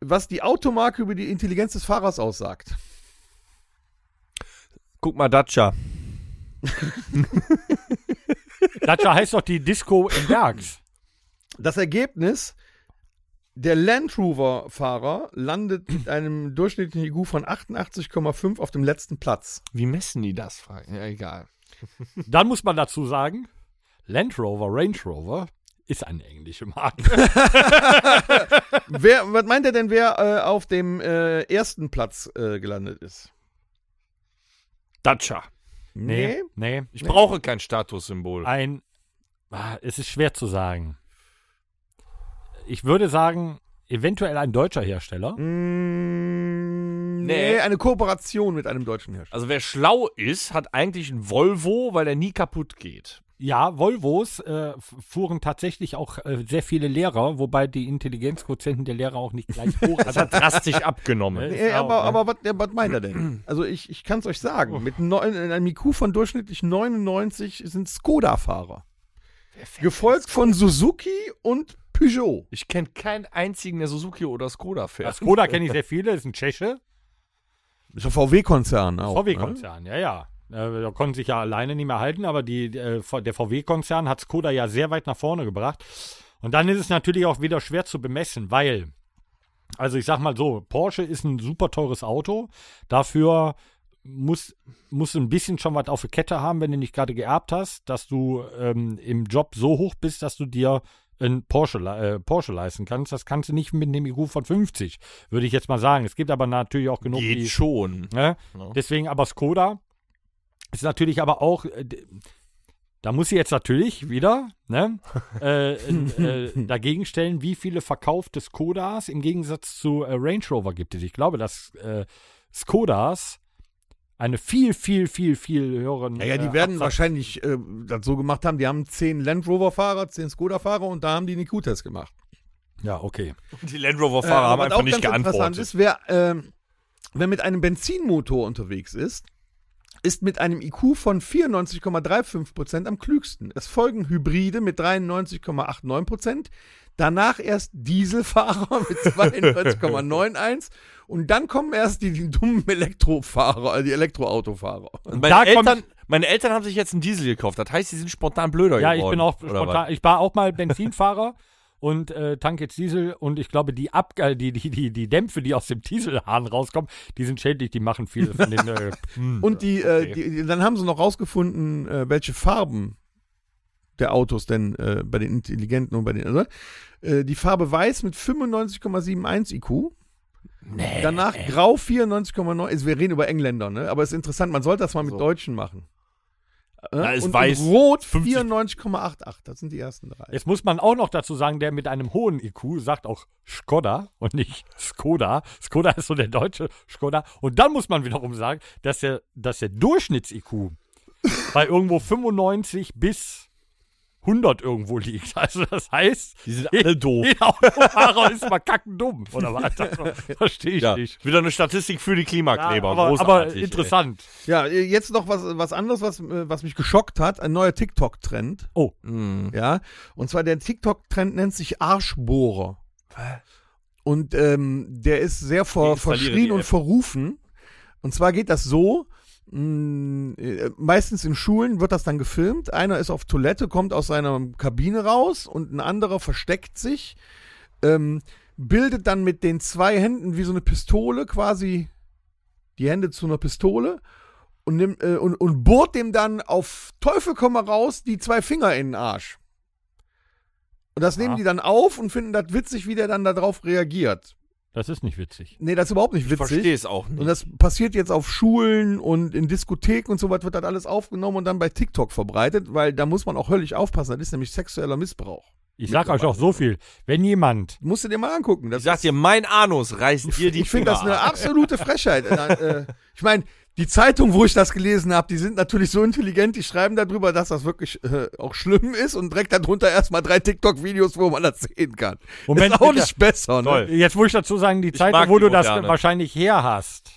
S3: was die Automarke über die Intelligenz des Fahrers aussagt.
S2: Guck mal, Dacia.
S4: Dacia heißt doch die Disco im Bergs.
S3: Das Ergebnis, der Land Rover-Fahrer landet mit einem durchschnittlichen IQ von 88,5 auf dem letzten Platz.
S2: Wie messen die das? Frank? Ja, egal.
S4: Dann muss man dazu sagen, Land Rover, Range Rover ist eine englische Marke.
S3: wer, was meint er denn, wer äh, auf dem äh, ersten Platz äh, gelandet ist?
S2: Dacia.
S3: Nee.
S4: Nee.
S2: Ich brauche kein Statussymbol.
S4: Ein. Ah, es ist schwer zu sagen. Ich würde sagen, eventuell ein deutscher Hersteller.
S2: Mhm.
S3: Mm,
S2: Nee.
S3: nee, eine Kooperation mit einem deutschen Hersteller.
S2: Also wer schlau ist, hat eigentlich einen Volvo, weil der nie kaputt geht.
S4: Ja, Volvos äh, f- fuhren tatsächlich auch äh, sehr viele Lehrer, wobei die Intelligenzquotienten der Lehrer auch nicht gleich hoch
S2: Das hat drastisch abgenommen.
S4: Nee.
S3: Ey,
S4: Ist
S3: Äh, aber
S4: auch, ne? Oh.
S3: aber was, was meint er denn? Also ich, ich kann es euch sagen, mit neun, einem IQ von durchschnittlich 99 sind Skoda-Fahrer. Gefolgt von Suzuki und Peugeot.
S2: Ich kenne keinen einzigen, der Suzuki oder Skoda fährt.
S4: Skoda kenne ich sehr viele, ist ein Tscheche.
S3: Ist ein VW-Konzern
S2: Genau,
S3: auch. ne?
S4: VW-Konzern,
S2: ne?
S4: ja, ja. Äh, Da konnten sich ja alleine nicht mehr halten, aber die, äh, der VW-Konzern hat Skoda ja sehr weit nach vorne gebracht. Und dann ist es natürlich auch wieder schwer zu bemessen, weil, also ich sag mal so, Porsche ist ein super teures Auto. Dafür muss, musst du ein bisschen schon was auf der Kette haben, wenn du nicht gerade geerbt hast, dass du ähm, im Job so hoch bist, dass du dir ein Porsche, le- äh, Porsche leisten kannst. Das kannst du nicht mit einem IQ von 50, würde ich jetzt mal sagen. Es gibt aber natürlich auch genug,
S2: Geht
S4: die
S2: schon.
S4: Ne?
S2: Ja.
S4: Deswegen aber Skoda ist natürlich aber auch, äh, d- da muss sie jetzt natürlich wieder ne, äh, äh, dagegen stellen, wie viele verkaufte Skodas im Gegensatz zu äh, Range Rover gibt es. Ich glaube, dass äh, Skodas eine viel, viel, viel, viel höheren.
S3: Ja, ja, die
S4: äh,
S3: werden
S4: Absatz-
S3: wahrscheinlich äh, das so gemacht haben, die haben zehn Land Rover-Fahrer, zehn Skoda-Fahrer und da haben die einen IQ-Test gemacht.
S4: Ja, okay.
S2: Die Land Rover-Fahrer haben
S3: Äh, was
S2: einfach
S3: auch
S2: nicht
S3: ganz interessant
S2: geantwortet.
S3: Ist, wer, ähm, wer mit einem Benzinmotor unterwegs ist, ist mit einem IQ von 94,35% am klügsten. Es folgen Hybride mit 93,89%, danach erst Dieselfahrer mit 42,91% und dann kommen erst die, die dummen Elektrofahrer, äh, die Elektroautofahrer.
S2: Und Meine,
S4: Da kommt-
S2: Eltern, meine Eltern haben sich jetzt einen Diesel gekauft. Das heißt, sie sind spontan blöder
S4: Ja,
S2: geworden.
S4: ich bin auch
S2: oder
S4: spontan. Ich war auch mal Benzinfahrer und äh, tank jetzt Diesel und ich glaube, die, Ab äh, die, die, die, die Dämpfe, die aus dem Dieselhahn rauskommen, die sind schädlich, die machen viel von den. Äh,
S3: Und die,
S2: okay.
S3: äh, die, die, dann haben sie noch rausgefunden, äh, welche Farben der Autos denn äh, bei den Intelligenten und bei den anderen. Äh, die Farbe weiß mit 95,71 IQ. Danach grau 94,9. Also wir reden über Engländer, ne? Aber es ist interessant, man sollte das mal mit
S2: So.
S3: Deutschen machen. Äh,
S2: Na, ist
S3: und,
S2: weiß
S3: und rot
S2: 50.
S3: 94,88. Das sind die ersten drei.
S4: Jetzt muss man auch noch dazu sagen, der mit einem hohen IQ sagt auch Skoda und nicht Skoda. Skoda ist so der deutsche Skoda. Und dann muss man wiederum sagen, dass der, dass der Durchschnitts-IQ bei irgendwo 95 bis 100 irgendwo liegt. Also das heißt,
S2: Die sind alle doof.
S4: jeder Autofahrer ist mal kackendumm. Oder was? Das verstehe ich
S2: Ja,
S4: nicht.
S2: wieder eine Statistik für die
S4: Ja,
S2: Klimakleber.
S4: aber, aber
S2: Großartig, ey.
S4: interessant.
S3: Ja, äh, jetzt noch was, was anderes, was, äh, was mich geschockt hat. Ein neuer TikTok-Trend.
S4: Oh,
S3: Ja, und zwar der TikTok-Trend nennt sich Arschbohrer. Und ähm, der ist sehr ver
S2: Ich installiere die
S3: verschrien und
S2: App.
S3: verrufen. Und zwar geht das so. mh, äh, Meistens in Schulen wird das dann gefilmt. Einer ist auf Toilette, kommt aus seiner Kabine raus und ein anderer versteckt sich, ähm, bildet dann mit den zwei Händen wie so eine Pistole quasi die Hände zu einer Pistole und, nimm, äh, und, und bohrt dem dann auf Teufel komm mal raus die zwei Finger in den Arsch. Und das nehmen die dann auf und finden das witzig, wie der dann darauf reagiert.
S4: Das ist nicht witzig.
S3: Nee, das ist überhaupt nicht
S2: Ich
S3: witzig.
S2: verstehe es auch nicht.
S3: Und das passiert jetzt auf Schulen und in Diskotheken und so was wird das alles aufgenommen und dann bei TikTok verbreitet, weil da muss man auch höllisch aufpassen. Das ist nämlich sexueller Missbrauch.
S4: Ich sag euch auch so viel. Wenn jemand,
S3: Musst du dir mal angucken. Das
S2: ich sag dir, mein Anus reißt dir die
S3: ich finde das
S2: Finger
S3: eine
S2: ab.
S3: absolute Frechheit. Äh, äh, ich meine, die Zeitung, wo ich das gelesen habe, die sind natürlich so intelligent, die schreiben darüber, dass das wirklich äh, auch schlimm ist und direkt darunter erstmal drei TikTok-Videos, wo man das sehen kann.
S4: Moment,
S3: ist auch
S4: bitte.
S3: nicht besser. Ne?
S2: Toll.
S4: jetzt muss Äh. ich dazu sagen, die
S2: Ich
S4: Zeit,
S2: mag
S4: wo
S2: die
S4: du das
S2: Moderne.
S4: wahrscheinlich her hast,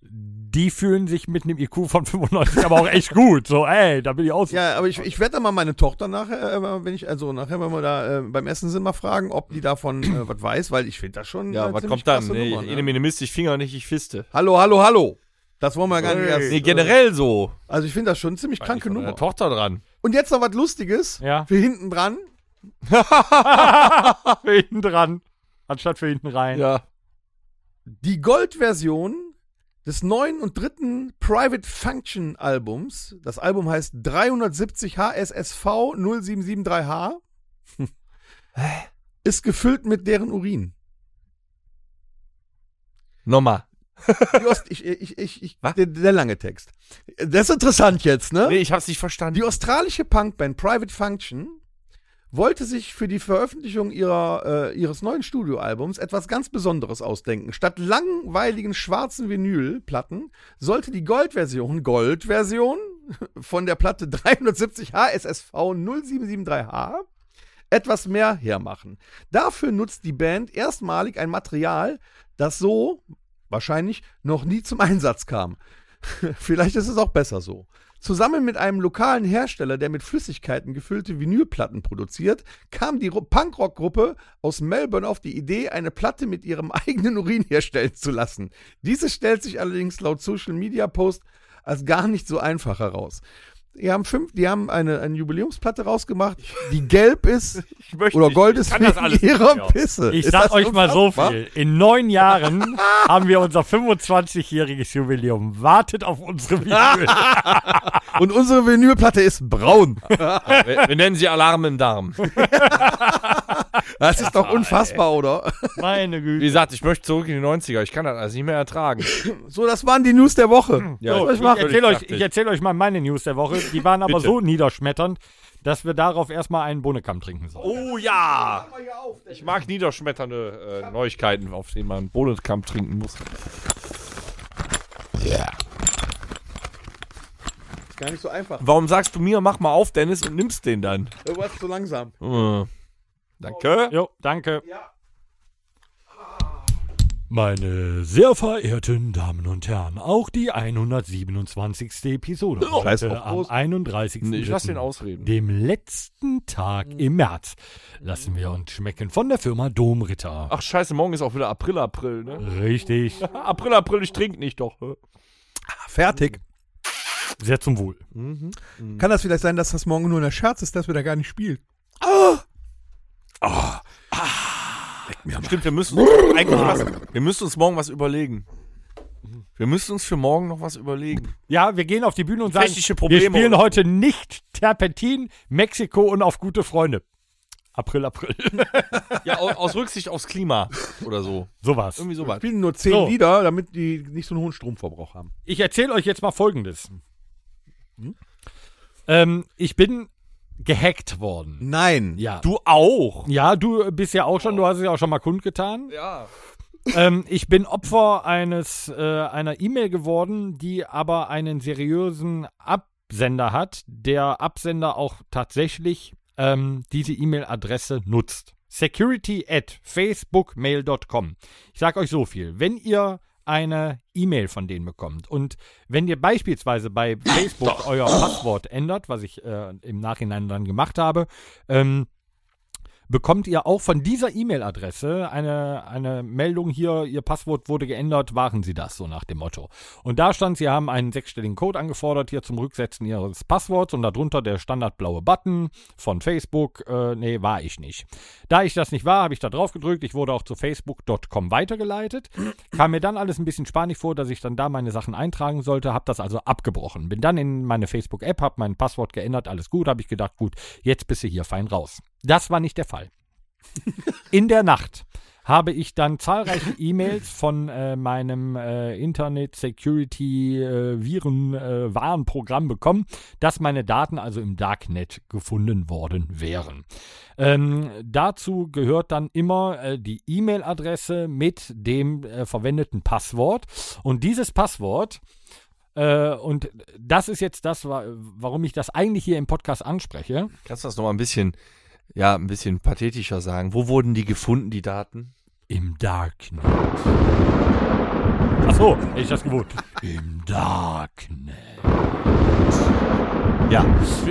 S4: die fühlen sich mit einem IQ von 95 aber auch echt gut. So, ey, da bin ich aus.
S3: Ja, aber ich, ich werde dann mal meine Tochter nachher, äh, wenn ich, also nachher, wenn wir da äh, beim Essen sind, mal fragen, ob die davon äh, was weiß, weil ich finde das schon.
S2: Ja,
S3: äh,
S2: was
S3: ziemlich
S2: kommt dann?
S3: krasse
S2: Nee,
S3: Nummer,
S2: ich nehme
S3: ne?
S2: mir eine Mist, ich Finger nicht, ich fiste.
S3: Hallo, hallo, hallo. Das wollen wir gar nicht erst.
S2: Nee,
S3: äh,
S2: generell so.
S3: Also ich finde das schon ziemlich kranke
S2: Von deiner
S3: Nummer.
S2: Tochter dran.
S3: Und jetzt noch was Lustiges.
S4: Ja.
S3: Für hinten dran.
S4: für hinten dran, anstatt für hinten rein.
S3: Ja. Die Goldversion des neuen und dritten Private Function Albums. Das Album heißt 370 HSSV 0773H. Ist gefüllt mit deren Urin.
S2: Nochmal.
S3: Die Ost ich, ich, ich, ich,
S2: Was?
S3: der, der lange Text. Das ist interessant jetzt, ne?
S2: Nee, ich hab's nicht verstanden.
S3: Die australische Punkband Private Function wollte sich für die Veröffentlichung ihrer, äh, ihres neuen Studioalbums etwas ganz Besonderes ausdenken. Statt langweiligen schwarzen Vinylplatten sollte die Goldversion, Goldversion von der Platte 370 HSSV 0773H etwas mehr hermachen. Dafür nutzt die Band erstmalig ein Material, das so wahrscheinlich noch nie zum Einsatz kam. Vielleicht ist es auch besser so. Zusammen mit einem lokalen Hersteller, der mit Flüssigkeiten gefüllte Vinylplatten produziert, kam die Ru- Punkrock-Gruppe aus Melbourne auf die Idee, eine Platte mit ihrem eigenen Urin herstellen zu lassen. Diese stellt sich allerdings laut Social Media Post als gar nicht so einfach heraus. Die haben, fünf, die haben eine, eine Jubiläumsplatte rausgemacht, die gelb ist
S2: Ich möchte
S3: oder
S2: nicht.
S3: Gold
S2: Ich
S3: ist
S2: kann das alles
S3: wegen ihrer
S2: nicht mehr.
S3: Pisse.
S4: Ich
S3: Ist
S4: sag
S3: das
S4: euch mal so
S3: unfassbar?
S4: viel. In neun Jahren haben wir unser 25-jähriges Jubiläum. Wartet auf unsere Videos.
S3: Und unsere Vinylplatte ist braun.
S2: Wir, wir nennen sie Alarm im Darm.
S3: Das ist doch unfassbar, oder?
S4: Meine
S2: Wie
S4: Güte.
S2: gesagt, ich möchte zurück in die 90er. Ich kann das alles nicht mehr ertragen.
S3: So, das waren die News der Woche.
S2: Ja,
S4: So,
S2: ich
S4: ich
S2: bin völlig
S4: erzähle euch,
S2: fertig.
S4: ich erzähl euch mal meine News der Woche. Die waren aber
S2: Bitte.
S4: so niederschmetternd, dass wir darauf erstmal einen Bohnenkamm trinken sollen.
S2: Oh ja! Ich mag niederschmetternde äh, Neuigkeiten, auf denen man Bohnenkamp trinken muss.
S3: Ist gar nicht so einfach.
S2: Warum sagst du mir, mach mal auf, Dennis, und nimmst den dann?
S3: Du warst zu langsam.
S2: Äh, Danke.
S4: Jo, danke.
S3: Ja.
S4: Meine sehr verehrten Damen und Herren, auch die 127. Episode
S3: Oh, scheiß auf,
S4: am
S3: Prost.
S4: 31.
S2: Nee, ich lass den
S4: Dritten.
S2: ausreden.
S4: Dem letzten Tag im März lassen wir uns schmecken von der Firma Domritter.
S2: Ach scheiße, morgen ist auch wieder April, April, ne?
S4: Richtig.
S2: April, April, ich trinke nicht doch.
S3: Ah, Fertig.
S4: Sehr zum Wohl.
S3: Kann das vielleicht sein, dass das morgen nur ein Scherz ist, dass wir da gar nicht spielen?
S2: Stimmt, wir müssen uns eigentlich was, wir müssen uns morgen was überlegen. Wir müssen uns für morgen noch was überlegen.
S4: Ja, wir gehen auf die Bühne und sagen,
S2: Technische Probleme
S4: wir spielen
S2: oder so.
S4: heute nicht Terpentin, Mexiko und auf gute Freunde. April, April.
S2: Ja, au- aus Rücksicht aufs Klima oder so.
S4: Sowas.
S2: Irgendwie sowas.
S3: spielen nur zehn
S4: So.
S3: Lieder, damit die nicht so einen hohen Stromverbrauch haben.
S4: Ich erzähle euch jetzt mal Folgendes. Hm? Ähm, ich bin gehackt worden.
S3: Nein.
S4: Ja. Du,
S2: Du auch.
S4: ja, du bist ja auch schon, du hast es ja auch schon mal kundgetan.
S2: Ja.
S4: ähm, ich bin Opfer eines äh, einer E-Mail geworden, die aber einen seriösen Absender hat, der Absender auch tatsächlich ähm, diese E-Mail-Adresse nutzt. Security at facebookmail.com. Ich sage euch so viel. Wenn ihr eine E-Mail von denen bekommt und wenn ihr beispielsweise bei Facebook euer Passwort ändert, was ich äh, im Nachhinein dann gemacht habe, ähm, bekommt ihr auch von dieser E-Mail-Adresse eine, eine Meldung hier, Ihr Passwort wurde geändert, waren Sie das, so nach dem Motto. Und da stand, Sie haben einen sechsstelligen Code angefordert hier zum Rücksetzen Ihres Passworts und darunter der standardblaue Button von Facebook. Äh, nee, war ich nicht. Da ich das nicht war, habe ich da drauf gedrückt. Ich wurde auch zu facebook.com weitergeleitet. Kam mir dann alles ein bisschen spanisch vor, dass ich dann da meine Sachen eintragen sollte, habe das also abgebrochen. Bin dann in meine Facebook-App, habe mein Passwort geändert, alles gut, habe ich gedacht, gut, jetzt bist du hier fein raus. Das war nicht der Fall. In der Nacht habe ich dann zahlreiche E-Mails von äh, meinem äh, Internet Security äh, Viren äh, Warnprogramm bekommen, dass meine Daten also im Darknet gefunden worden wären. Ähm, dazu gehört dann immer äh, die E-Mail-Adresse mit dem äh, verwendeten Passwort und dieses Passwort äh, und das ist jetzt das, wa- warum ich das eigentlich hier im Podcast anspreche.
S2: Kannst du das nochmal ein bisschen, ja, ein bisschen pathetischer sagen? Wo wurden die gefunden, die Daten?
S4: Im Darknet. Ach so, hätte ich das gewohnt. Im Darknet. Ja.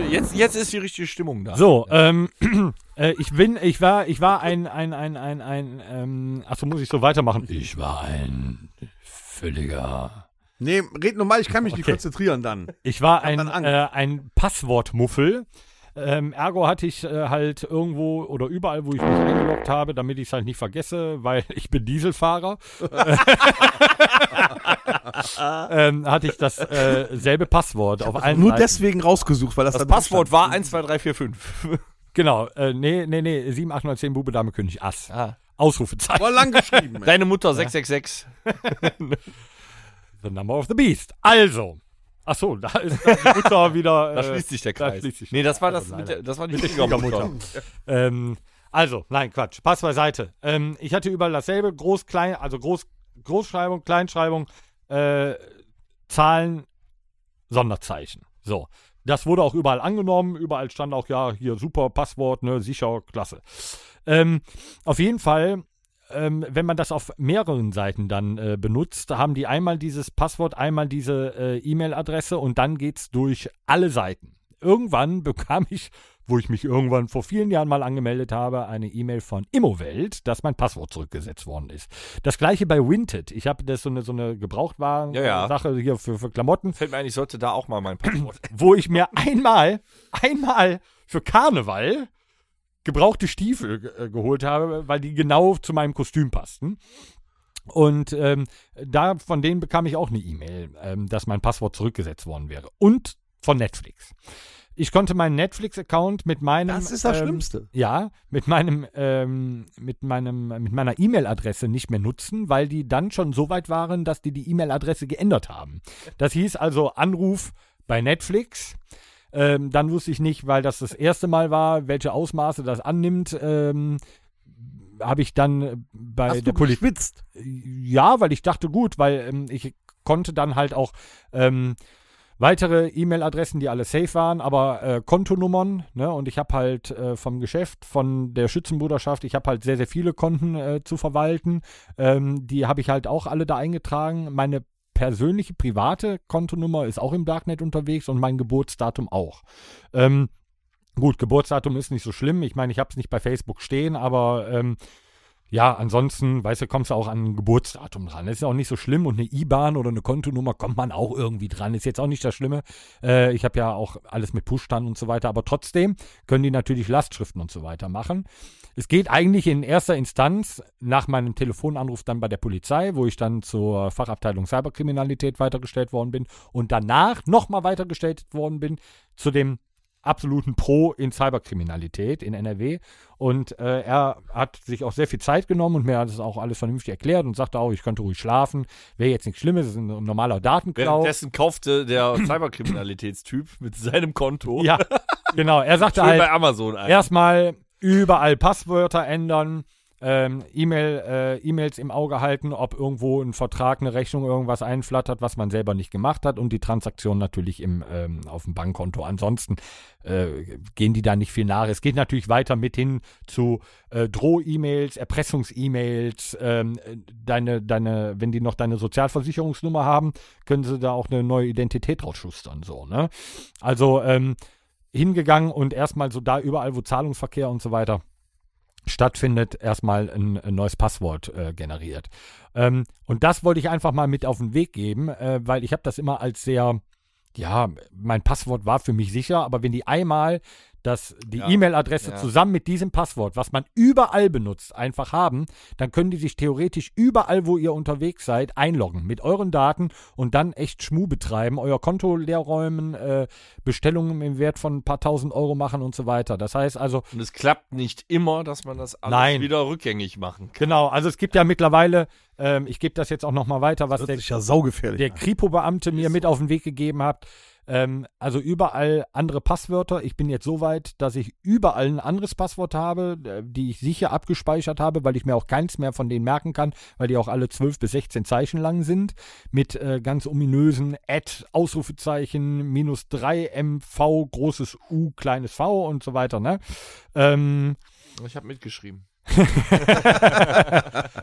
S2: Jetzt, jetzt ist die richtige Stimmung da.
S4: So, ähm, äh, ich bin, ich war, ich war ein, ein, ein, ein, ein, ähm, ach so, muss ich so weitermachen. Ich war ein völliger.
S3: Nee, red normal, ich kann mich nicht
S4: Okay.
S3: konzentrieren dann.
S4: Ich war ein,
S3: dann Angst.
S4: äh, ein Passwortmuffel. Ähm, ergo hatte ich äh, halt irgendwo oder überall, wo ich mich eingeloggt habe, damit ich es halt nicht vergesse, weil ich bin Dieselfahrer, ähm, hatte ich das äh, selbe Passwort auf allen
S3: Nur
S4: Seiten.
S3: deswegen rausgesucht, weil das,
S2: das
S3: da drin
S2: Passwort war 1, 2, 3, 4, 5.
S4: Genau, äh, nee, nee, nee, 7, 8, 9, 10, Bube, Dame, König, Ass.
S2: Ah.
S3: stand.
S4: Ausrufezeichen.
S3: War lang geschrieben. ey.
S2: Deine Mutter 666.
S4: The Number of the Beast. Also. Ach so, da ist da ist die Mutter wieder.
S2: Da
S4: äh,
S2: schließt sich der
S4: da
S2: Kreis.
S4: schließt sich
S2: nee,
S4: der
S2: das war
S4: Kreis,
S2: das
S4: also
S2: mit
S4: leider.
S2: der, das war die
S4: Mit der
S2: Schwiegermutter.
S4: ähm, also, nein, Quatsch. Pass beiseite. Ähm, ich hatte überall dasselbe. Groß, klein, also Groß, Großschreibung, Kleinschreibung, äh, Zahlen, Sonderzeichen. So. Das wurde auch überall angenommen. Überall stand auch, ja, hier super Passwort, ne, sicher, klasse. Ähm, auf jeden Fall. Ähm, wenn man das auf mehreren Seiten dann äh, benutzt, da haben die einmal dieses Passwort, einmal diese äh, E-Mail-Adresse und dann geht's durch alle Seiten. Irgendwann bekam ich wo ich mich irgendwann vor vielen Jahren mal angemeldet habe, eine E-Mail von Immowelt, dass mein Passwort zurückgesetzt worden ist. Das gleiche bei Winted. Ich habe das so eine, so eine
S2: Ja, ja.
S4: Gebrauchtwaren-Sache hier für, für Klamotten,
S2: Fällt mir ein, ich sollte da auch mal mein Passwort.
S4: wo ich mir einmal, einmal für Karneval gebrauchte Stiefel ge- äh, geholt habe, weil die genau zu meinem Kostüm passten. Und ähm, da von denen bekam ich auch eine E-Mail, ähm, dass mein Passwort zurückgesetzt worden wäre. Und von Netflix. Ich konnte meinen Netflix-Account mit meinem
S3: Das ist das
S4: ähm,
S3: Schlimmste.
S4: ja, mit meinem, ähm, mit meinem, mit meiner E-Mail-Adresse nicht mehr nutzen, weil die dann schon so weit waren, dass die die E-Mail-Adresse geändert haben. Das hieß also Anruf bei Netflix. Ähm, dann wusste ich nicht, weil das das erste Mal war, welche Ausmaße das annimmt. Ähm, habe ich dann äh, bei
S3: Hast
S4: der
S3: du
S4: Polizei
S3: geschwitzt?
S4: ja, weil ich dachte, gut, weil ähm, ich konnte dann halt auch ähm, weitere E-Mail-Adressen, die alle safe waren, aber äh, Kontonummern, ne? Und ich habe halt äh, vom Geschäft, von der Schützenbruderschaft, ich habe halt sehr, sehr viele Konten äh, zu verwalten. Ähm, die habe ich halt auch alle da eingetragen. Meine persönliche private Kontonummer ist auch im Darknet unterwegs und mein Geburtsdatum auch. Ähm, gut, Geburtsdatum ist nicht so schlimm. Ich meine, ich habe es nicht bei Facebook stehen, aber ähm, ja, ansonsten, weißt du, kommst du auch an ein Geburtsdatum dran. Das ist ja auch nicht so schlimm und eine IBAN oder eine Kontonummer kommt man auch irgendwie dran. Ist jetzt auch nicht das Schlimme. Äh, ich habe ja auch alles mit push und so weiter, aber trotzdem können die natürlich Lastschriften und so weiter machen. Es geht eigentlich in erster Instanz nach meinem Telefonanruf dann bei der Polizei, wo ich dann zur Fachabteilung Cyberkriminalität weitergestellt worden bin und danach nochmal weitergestellt worden bin zu dem absoluten Pro in Cyberkriminalität in NRW. Und äh, er hat sich auch sehr viel Zeit genommen und mir hat es auch alles vernünftig erklärt und sagte auch, ich könnte ruhig schlafen, wäre jetzt nichts Schlimmes, ist ein normaler Datenklau.
S2: Währenddessen kaufte der Cyberkriminalitätstyp mit seinem Konto
S4: Ja, genau. Er sagte
S2: schön
S4: halt,
S2: bei Amazon ein.
S4: erstmal überall Passwörter ändern, ähm, E-Mail, äh, E-Mails im Auge halten, ob irgendwo ein Vertrag, eine Rechnung, irgendwas einflattert, was man selber nicht gemacht hat und die Transaktion natürlich im, ähm, auf dem Bankkonto. Ansonsten äh, gehen die da nicht viel nach. Es geht natürlich weiter mit hin zu äh, Droh-E-Mails, Erpressungs-E-Mails, ähm, äh, deine, deine, wenn die noch deine Sozialversicherungsnummer haben, können sie da auch eine neue Identität rausschustern, so, ne? Also, ähm, hingegangen und erstmal so da überall, wo Zahlungsverkehr und so weiter stattfindet, erstmal ein, ein neues Passwort äh, generiert. Ähm, und das wollte ich einfach mal mit auf den Weg geben, äh, weil ich habe das immer als sehr, ja, mein Passwort war für mich sicher, aber wenn die einmal dass die
S2: Ja.
S4: E-Mail-Adresse
S2: Ja.
S4: zusammen mit diesem Passwort, was man überall benutzt, einfach haben, dann können die sich theoretisch überall, wo ihr unterwegs seid, einloggen mit euren Daten und dann echt Schmu betreiben, euer Konto leer räumen, äh, Bestellungen im Wert von ein paar tausend Euro machen und so weiter. Das heißt also,
S2: Und es klappt nicht immer, dass man das alles
S4: Nein.
S2: wieder rückgängig machen kann.
S4: genau, also es gibt ja mittlerweile, ähm, ich gebe das jetzt auch nochmal weiter, was
S3: Das
S4: der
S3: ist ja saugefährlich.
S4: der Kripo-Beamte mir mit auf den Weg gegeben hat. Ähm, also überall andere Passwörter. Ich bin jetzt so weit, dass ich überall ein anderes Passwort habe, äh, die ich sicher abgespeichert habe, weil ich mir auch keins mehr von denen merken kann, weil die auch alle 12 bis 16 Zeichen lang sind. Mit äh, ganz ominösen Ad, Ausrufezeichen, minus 3 MV, großes U, kleines V und so weiter. Ne? Ähm,
S2: Ich habe mitgeschrieben.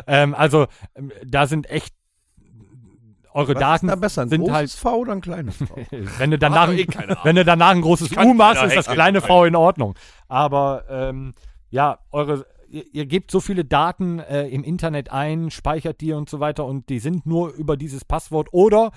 S4: ähm, also ähm, da sind echt eure
S3: Was
S4: Daten
S3: ist da besser, ein
S4: sind
S3: großes
S4: halt-
S3: V oder ein kleines V?
S4: Wenn du danach,
S2: doch eh keine Ahnung.
S4: wenn du danach ein großes
S2: kann
S4: U machst,
S2: keiner
S4: ist das
S2: hacken.
S4: kleine V in Ordnung. Aber ähm, ja, eure, ihr, ihr gebt so viele Daten äh, im Internet ein, speichert die und so weiter und die sind nur über dieses Passwort oder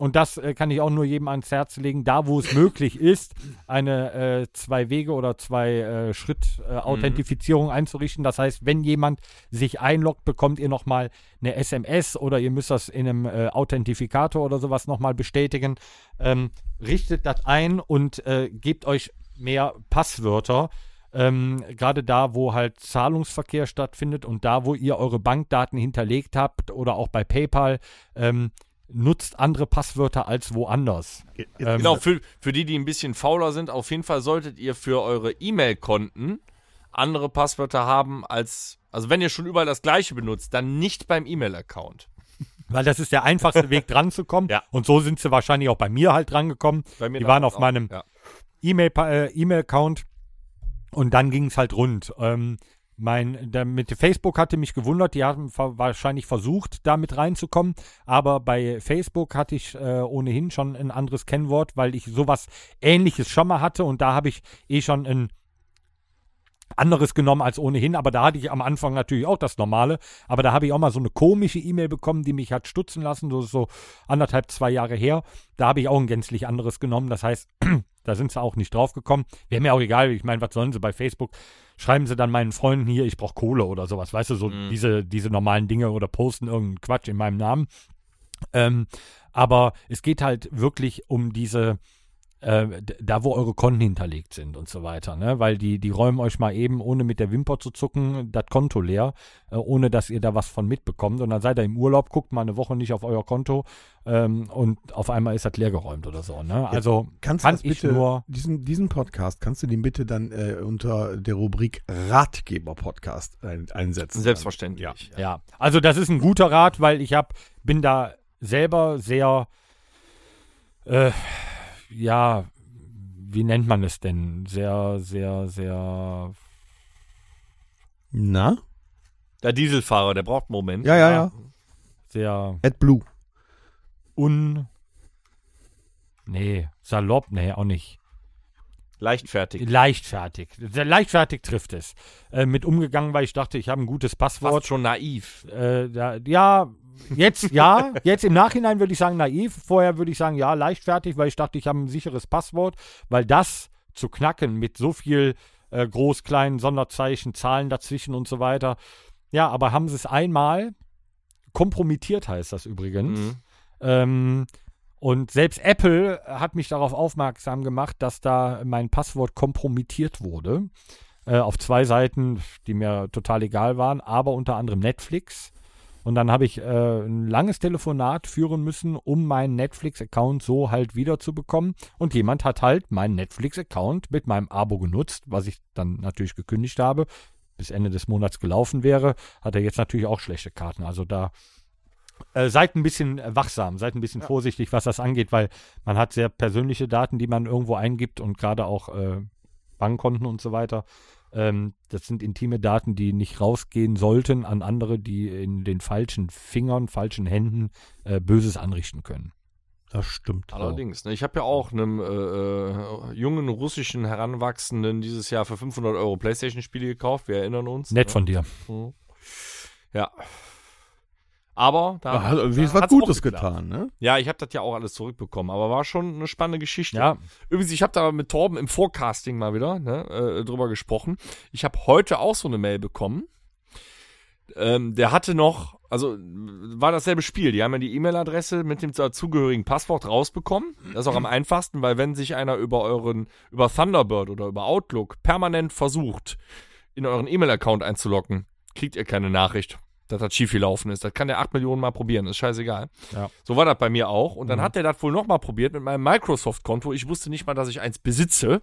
S4: und das äh, kann ich auch nur jedem ans Herz legen, da wo es möglich ist, eine äh, zwei Wege oder zwei äh, Schritt äh, Authentifizierung einzurichten. Das heißt, wenn jemand sich einloggt, bekommt ihr nochmal eine SMS oder ihr müsst das in einem äh, Authentifikator oder sowas nochmal bestätigen. Ähm, richtet das ein und äh, gebt euch mehr Passwörter. Ähm, Gerade da, wo halt Zahlungsverkehr stattfindet und da, wo ihr eure Bankdaten hinterlegt habt oder auch bei PayPal, ähm, nutzt andere Passwörter als woanders. Ähm,
S2: Genau, für, für die, die ein bisschen fauler sind, auf jeden Fall solltet ihr für eure E-Mail-Konten andere Passwörter haben als, also wenn ihr schon überall das gleiche benutzt, dann nicht beim E-Mail-Account.
S4: Weil das ist der einfachste Weg, dran zu kommen.
S2: Ja.
S4: Und so sind sie wahrscheinlich auch bei mir halt rangekommen.
S2: Bei mir
S4: Die waren
S2: damals
S4: auf
S2: auch,
S4: meinem
S2: ja.
S4: E-Mail- äh, E-Mail-Account und dann ging es halt rund. Ähm, mein, der, mit Facebook hatte mich gewundert, die haben ver wahrscheinlich versucht, da mit reinzukommen, aber bei Facebook hatte ich äh, ohnehin schon ein anderes Kennwort, weil ich sowas ähnliches schon mal hatte und da habe ich eh schon ein anderes genommen als ohnehin, aber da hatte ich am Anfang natürlich auch das normale, aber da habe ich auch mal so eine komische E-Mail bekommen, die mich hat stutzen lassen, so, so anderthalb, zwei Jahre her, da habe ich auch ein gänzlich anderes genommen, das heißt, da sind sie auch nicht drauf gekommen. Wäre mir auch egal, ich meine, was sollen sie bei Facebook? Schreiben sie dann meinen Freunden hier, ich brauche Kohle oder sowas, weißt du, so
S3: Mhm.
S4: diese, diese normalen Dinge oder posten irgendeinen Quatsch in meinem Namen. Ähm, aber es geht halt wirklich um diese, äh, d- da wo eure Konten hinterlegt sind und so weiter, ne? Weil die, die räumen euch mal eben, ohne mit der Wimper zu zucken, das Konto leer, äh, ohne dass ihr da was von mitbekommt. Und dann seid ihr im Urlaub, guckt mal eine Woche nicht auf euer Konto ähm, und auf einmal ist das leergeräumt oder so, ne? Also
S3: Kannst du
S4: kann
S3: das
S4: ich
S3: bitte,
S4: nur.
S3: diesen, diesen Podcast, kannst du den bitte dann äh, unter der Rubrik Ratgeber-Podcast ein, einsetzen?
S2: Selbstverständlich.
S3: Ja.
S4: Ja, also das ist ein guter Rat, weil ich hab, bin da selber sehr, äh, ja, wie nennt man es denn? Sehr, sehr, sehr.
S3: Na?
S2: Der Dieselfahrer, der braucht einen Moment.
S3: Ja, ja, ja.
S4: sehr
S3: AdBlue.
S4: un. Nee, salopp, nee, auch nicht.
S2: Leichtfertig.
S4: Leichtfertig. Sehr leichtfertig trifft es. Äh, mit umgegangen, weil ich dachte, ich habe ein gutes Passwort.
S2: Fast schon naiv.
S4: äh, da, ja, jetzt ja, jetzt im Nachhinein würde ich sagen naiv. Vorher würde ich sagen ja, leichtfertig, weil ich dachte, ich habe ein sicheres Passwort, weil das zu knacken mit so viel äh, groß, kleinen Sonderzeichen, Zahlen dazwischen und so weiter. Ja, aber haben sie es einmal kompromittiert, heißt das übrigens.
S2: Mhm.
S4: Ähm, und selbst Apple hat mich darauf aufmerksam gemacht, dass da mein Passwort kompromittiert wurde. Äh, auf zwei Seiten, die mir total egal waren, aber unter anderem Netflix. Und dann habe ich äh, ein langes Telefonat führen müssen, um meinen Netflix-Account so halt wiederzubekommen. Und jemand hat halt meinen Netflix-Account mit meinem Abo genutzt, was ich dann natürlich gekündigt habe. Bis Ende des Monats gelaufen wäre, hat er jetzt natürlich auch schlechte Karten. Also da äh, seid ein bisschen äh, wachsam, seid ein bisschen vorsichtig, was das angeht, weil man hat sehr persönliche Daten, die man irgendwo eingibt und gerade auch äh, Bankkonten und so weiter. Ähm, das sind intime Daten, die nicht rausgehen sollten an andere, die in den falschen Fingern, falschen Händen äh, Böses anrichten können.
S3: Das stimmt.
S2: Allerdings. Ne, ich habe ja auch einem äh, äh, jungen russischen Heranwachsenden dieses Jahr für 500 Euro ne? Playstation-Spiele gekauft. Wir erinnern uns.
S4: Nett
S2: ne?
S4: von dir.
S2: Mhm. Ja. Aber da
S3: Hat irgendwie was
S2: hat's auch
S3: Gutes
S2: geklappt.
S3: getan, ne?
S2: Ja, ich habe das ja auch alles zurückbekommen, aber war schon eine spannende Geschichte.
S4: Ja.
S2: Übrigens, ich habe da mit Torben im Forecasting mal wieder ne, äh, drüber gesprochen. Ich habe heute auch so eine Mail bekommen. Ähm, der hatte noch, also äh, war dasselbe Spiel. Die haben ja die E-Mail-Adresse mit dem dazugehörigen Passwort rausbekommen. Das ist auch am einfachsten, weil wenn sich einer über euren, über Thunderbird oder über Outlook permanent versucht, in euren E-Mail-Account einzuloggen, kriegt ihr keine Nachricht, dass das schief gelaufen ist. Das kann der 8 Millionen Mal probieren, ist scheißegal.
S4: Ja.
S2: So war das bei mir auch. Und dann hat er das wohl nochmal probiert mit meinem Microsoft-Konto. Ich wusste nicht mal, dass ich eins besitze.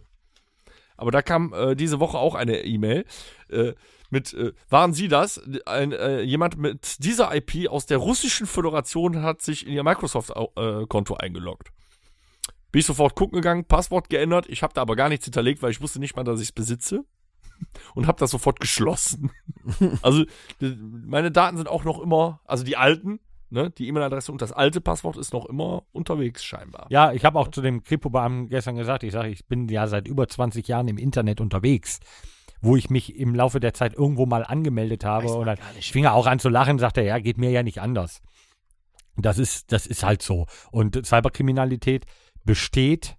S2: Aber da kam äh, diese Woche auch eine E-Mail äh, mit, äh, waren Sie das? Ein, äh, jemand mit dieser IP aus der russischen Föderation hat sich in Ihr Microsoft-Konto eingeloggt. Bin ich sofort gucken gegangen, Passwort geändert. Ich habe da aber gar nichts hinterlegt, weil ich wusste nicht mal, dass ich es besitze. Und habe das sofort geschlossen. also d- meine Daten sind auch noch immer, also die alten, ne, die E-Mail-Adresse und das alte Passwort ist noch immer unterwegs scheinbar.
S4: Ja, ich habe auch zu dem Kripo-Beamten gestern gesagt, ich sage, ich bin ja seit über 20 Jahren im Internet unterwegs, wo ich mich im Laufe der Zeit irgendwo mal angemeldet habe. Und dann fing er auch an zu lachen, sagte er, ja, geht mir ja nicht anders. Das ist, das ist halt so. Und Cyberkriminalität besteht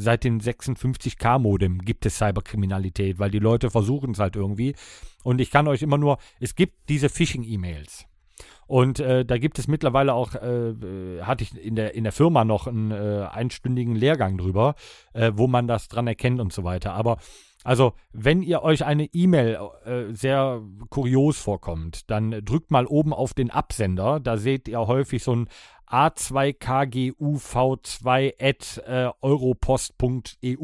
S4: seit dem 56K-Modem gibt es Cyberkriminalität, weil die Leute versuchen es halt irgendwie. Und ich kann euch immer nur, es gibt diese Phishing-E-Mails. Und äh, da gibt es mittlerweile auch, äh, äh, hatte ich in der, in der Firma noch einen äh, einstündigen Lehrgang drüber, äh, wo man das dran erkennt und so weiter. Aber also, wenn ihr euch eine E-Mail äh, sehr kurios vorkommt, dann drückt mal oben auf den Absender. Da seht ihr häufig so ein äh, a2kguv2@europost.eu. E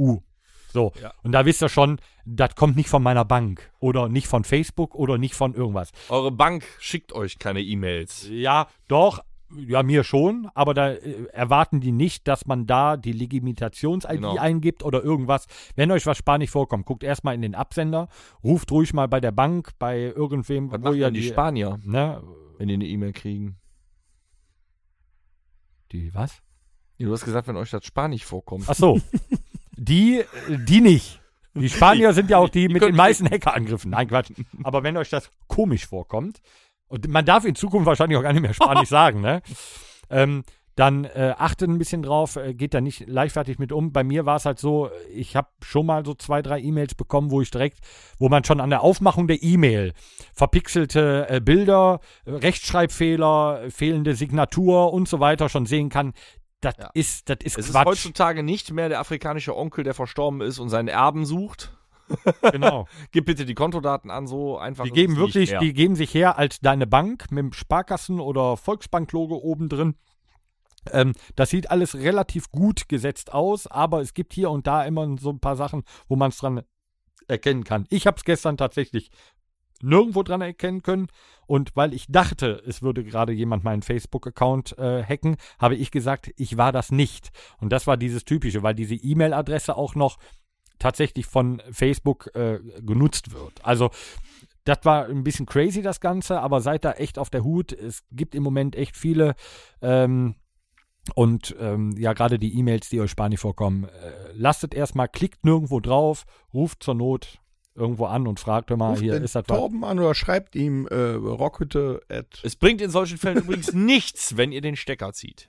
S4: So,
S2: Ja.
S4: und da wisst ihr schon, das kommt nicht von meiner Bank oder nicht von Facebook oder nicht von irgendwas.
S2: Eure Bank schickt euch keine E-Mails.
S4: Ja, doch. Ja, mir schon, aber da äh, erwarten die nicht, dass man da die Legitimations-ID
S2: Genau.
S4: eingibt oder irgendwas. Wenn euch was spanisch vorkommt, guckt erstmal in den Absender, ruft ruhig mal bei der Bank, bei irgendwem,
S2: Was machen denn die Spanier,
S4: ne,
S2: wenn die eine E-Mail kriegen?
S4: die was?
S2: Ja, du hast gesagt, wenn euch das Spanisch vorkommt.
S4: Ach so. die, die nicht. Die Spanier sind ja auch die, mit den
S2: können-
S4: meisten Hackerangriffen. Nein, Quatsch. Aber wenn euch das komisch vorkommt, und man darf in Zukunft wahrscheinlich auch gar nicht mehr Spanisch sagen, ne? Ähm, dann äh, achtet ein bisschen drauf, äh, geht da nicht leichtfertig mit um. Bei mir war es halt so, ich habe schon mal so zwei, drei E-Mails bekommen, wo ich direkt, wo man schon an der Aufmachung der E-Mail verpixelte äh, Bilder, äh, Rechtschreibfehler, äh, fehlende Signatur und so weiter schon sehen kann. Das
S2: Ja.
S4: ist, das ist
S2: es ist
S4: Quatsch.
S2: heutzutage nicht mehr der afrikanische Onkel, der verstorben ist und seinen Erben sucht.
S4: genau.
S2: Gib bitte die Kontodaten an, so einfach.
S4: Die
S2: Also ist
S4: geben
S2: es
S4: wirklich,
S2: nicht mehr.
S4: die geben sich her als deine Bank mit dem Sparkassen- oder Volksbank-Logo oben drin. Ähm, das sieht alles relativ gut gesetzt aus, aber es gibt hier und da immer so ein paar Sachen, wo man es dran erkennen kann. Ich habe es gestern tatsächlich nirgendwo dran erkennen können und weil ich dachte, es würde gerade jemand meinen Facebook-Account äh, hacken, habe ich gesagt, ich war das nicht. Und das war dieses Typische, weil diese E-Mail-Adresse auch noch tatsächlich von Facebook äh, genutzt wird. Also das war ein bisschen crazy, das Ganze, aber seid da echt auf der Hut. Es gibt im Moment echt viele. Ähm, und ähm, ja, gerade die E-Mails, die euch spanisch vorkommen, äh, lastet erstmal, klickt nirgendwo drauf, ruft zur Not irgendwo an und fragt immer,
S3: Ruft
S4: hier
S3: den
S4: ist das was.
S3: Torben an oder schreibt ihm äh, Rockhütte at.
S2: Es bringt in solchen Fällen übrigens nichts, wenn ihr den Stecker zieht.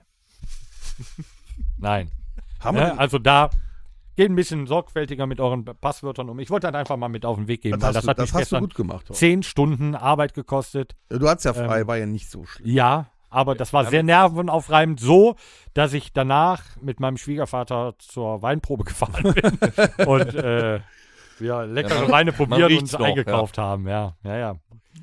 S4: Nein.
S3: Haben
S4: Ne? Also da geht ein bisschen sorgfältiger mit euren Passwörtern um. Ich wollte das einfach mal mit auf den Weg geben, weil
S3: das
S4: das hat
S3: hast, du, das
S4: mich
S3: hast du
S4: gestern
S3: gut gemacht, Torben.
S4: zehn Stunden Arbeit gekostet.
S3: Du hattest ja frei,
S4: Ähm.
S3: war ja nicht so schlimm.
S4: Ja, aber das war sehr nervenaufreibend, so, dass ich danach mit meinem Schwiegervater zur Weinprobe gefahren bin und äh, wir leckere
S2: Ja, man-
S4: Weine probiert
S2: riecht's
S4: und
S2: noch,
S4: eingekauft haben. Ja, ja, ja.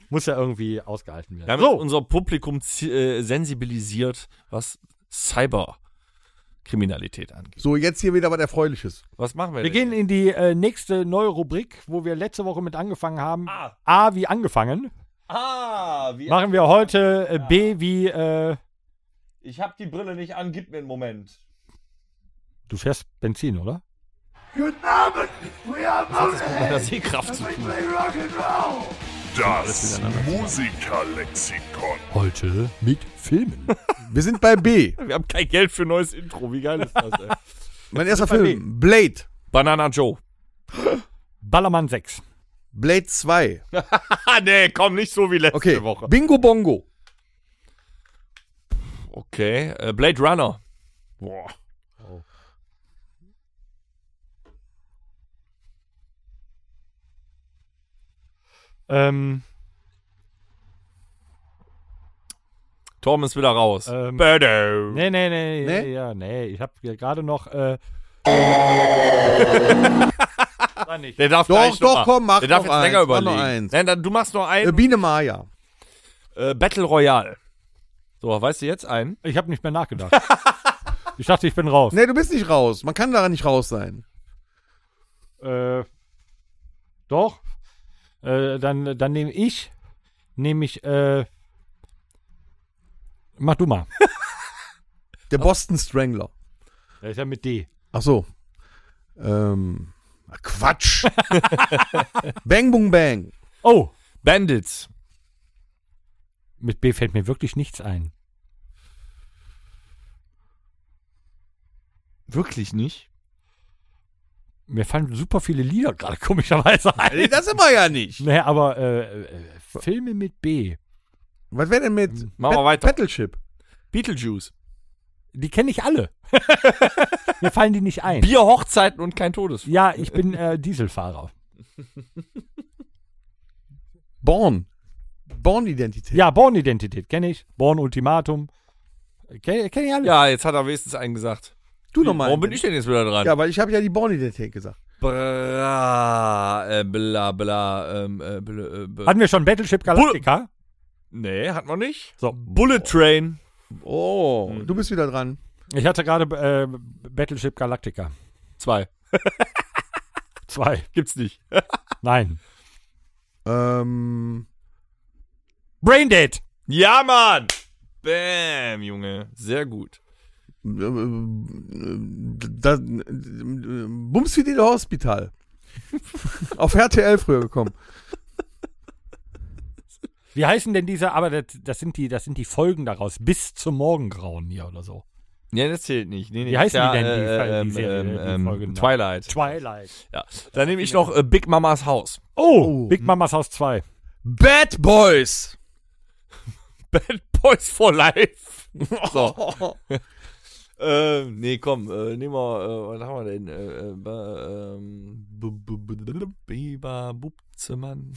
S4: Muss ja irgendwie ausgehalten
S2: Wir
S4: werden.
S2: haben
S4: So,
S2: unser Publikum zi- äh, sensibilisiert, was Cyberkriminalität angeht.
S3: So, jetzt hier wieder was Erfreuliches.
S2: Was machen wir,
S4: wir
S2: denn?
S4: gehen in die äh, nächste neue Rubrik, wo wir letzte Woche mit angefangen haben. A wie angefangen.
S2: Ah, wie,
S4: Machen wir heute äh, B wie äh,
S2: ich habe die Brille nicht an, gib mir einen Moment.
S4: Du fährst Benzin, oder?
S2: Mit der Sehkraft zu tun.
S1: Das Musikerlexikon.
S4: Heute mit Filmen.
S3: Wir sind bei B.
S2: Wir haben kein Geld für neues Intro, wie geil ist das, ey?
S3: Mein erster
S4: bei
S3: Film, Blade.
S2: Banana Joe.
S4: Ballermann 6.
S3: Blade 2.
S2: Ah, nee, komm, nicht so wie letzte
S3: Okay.
S2: Woche.
S3: Bingo Bongo.
S2: Okay. Äh, Blade Runner.
S3: Boah.
S4: Ähm,
S2: Tom ist wieder raus.
S4: Ähm,
S2: Bado.
S4: nee, nee, nee,
S3: Nee?
S4: nee, ja, nee. Ich habe gerade noch. Äh, Nein, nicht.
S2: Der darf
S3: Doch,
S2: gleich
S3: doch,
S2: noch mal.
S3: komm, mach
S2: Der darf
S3: noch
S2: jetzt länger
S3: eins, mach
S2: überlegen.
S3: noch eins.
S2: Nein, dann, du machst noch
S3: Äh,
S2: einen.
S3: Biene Maya.
S2: Äh, Battle Royale. So, weißt du jetzt einen?
S4: Ich habe nicht mehr nachgedacht. ich dachte, ich bin raus.
S3: Nee, du bist nicht raus. Man kann daran nicht raus sein.
S4: Äh, doch. Äh, dann dann nehme ich. Nehme ich. Äh, mach du mal.
S3: Der Boston Strangler.
S4: Der ist ja mit D.
S3: Ach so. Ähm, Quatsch. bang, boom, bang.
S4: Oh!
S2: Bandits.
S4: Mit B fällt mir wirklich nichts ein.
S2: Wirklich nicht?
S4: Mir fallen super viele Lieder gerade komischerweise ein.
S3: Nee, das sind wir ja nicht.
S4: Nee, aber äh, äh, Filme mit B.
S3: Was wäre denn mit
S2: Machen wir
S3: Bat-
S2: weiter.
S3: Battleship?
S2: Beetlejuice.
S4: Die kenne ich alle. mir fallen die nicht ein.
S2: Bier, Hochzeiten und kein Todes.
S4: Ja, ich bin äh, Dieselfahrer.
S3: Born. Born-Identität.
S4: Ja, Born-Identität kenne ich. Born-Ultimatum. Kenne kenn ich alle.
S2: Ja, jetzt hat er wenigstens einen gesagt.
S3: du nochmal.
S2: Warum bin ich denn jetzt wieder dran?
S3: Ja, weil ich habe ja die Born-Identität gesagt.
S2: Bra, äh, bla, bla, ähm, äh, bla, äh, bla.
S4: Hatten wir schon Battleship Galactica?
S2: Nee, hat man nicht.
S4: So.
S2: Bullet Train.
S3: Oh, du bist wieder dran.
S4: Ich hatte gerade äh, Battleship Galactica.
S2: Zwei.
S4: Zwei.
S2: Gibt's nicht.
S4: Nein.
S3: Ähm,
S4: Braindead.
S2: Ja, Mann! Bam, Junge. Sehr gut.
S3: äh, äh, das, äh, Bumsfidel Hospital. Auf RTL früher gekommen.
S4: Wie heißen denn diese? Aber das, das, sind die, das sind die Folgen daraus. Bis zum Morgengrauen hier oder so.
S2: Ja, das zählt nicht. Nee, nee,
S4: Wie heißen
S2: ja,
S4: die denn, die-
S2: äh,
S4: die Serie,
S2: ähm,
S4: die
S2: ähm,
S4: Folgen?
S2: Twilight.
S4: Twilight.
S2: Ja. Dann nehme
S4: Genau.
S2: ich noch äh, Big Mamas Haus.
S4: Oh, Big Mamas Haus 2.
S3: Bad Boys.
S2: Bad Boys for Life. So. äh, nee, komm, äh, nehmen wir, äh, was haben wir denn? Äh, äh, ba- ähm, bu- bu- bu- bu- bu- Biber, Bubzemann.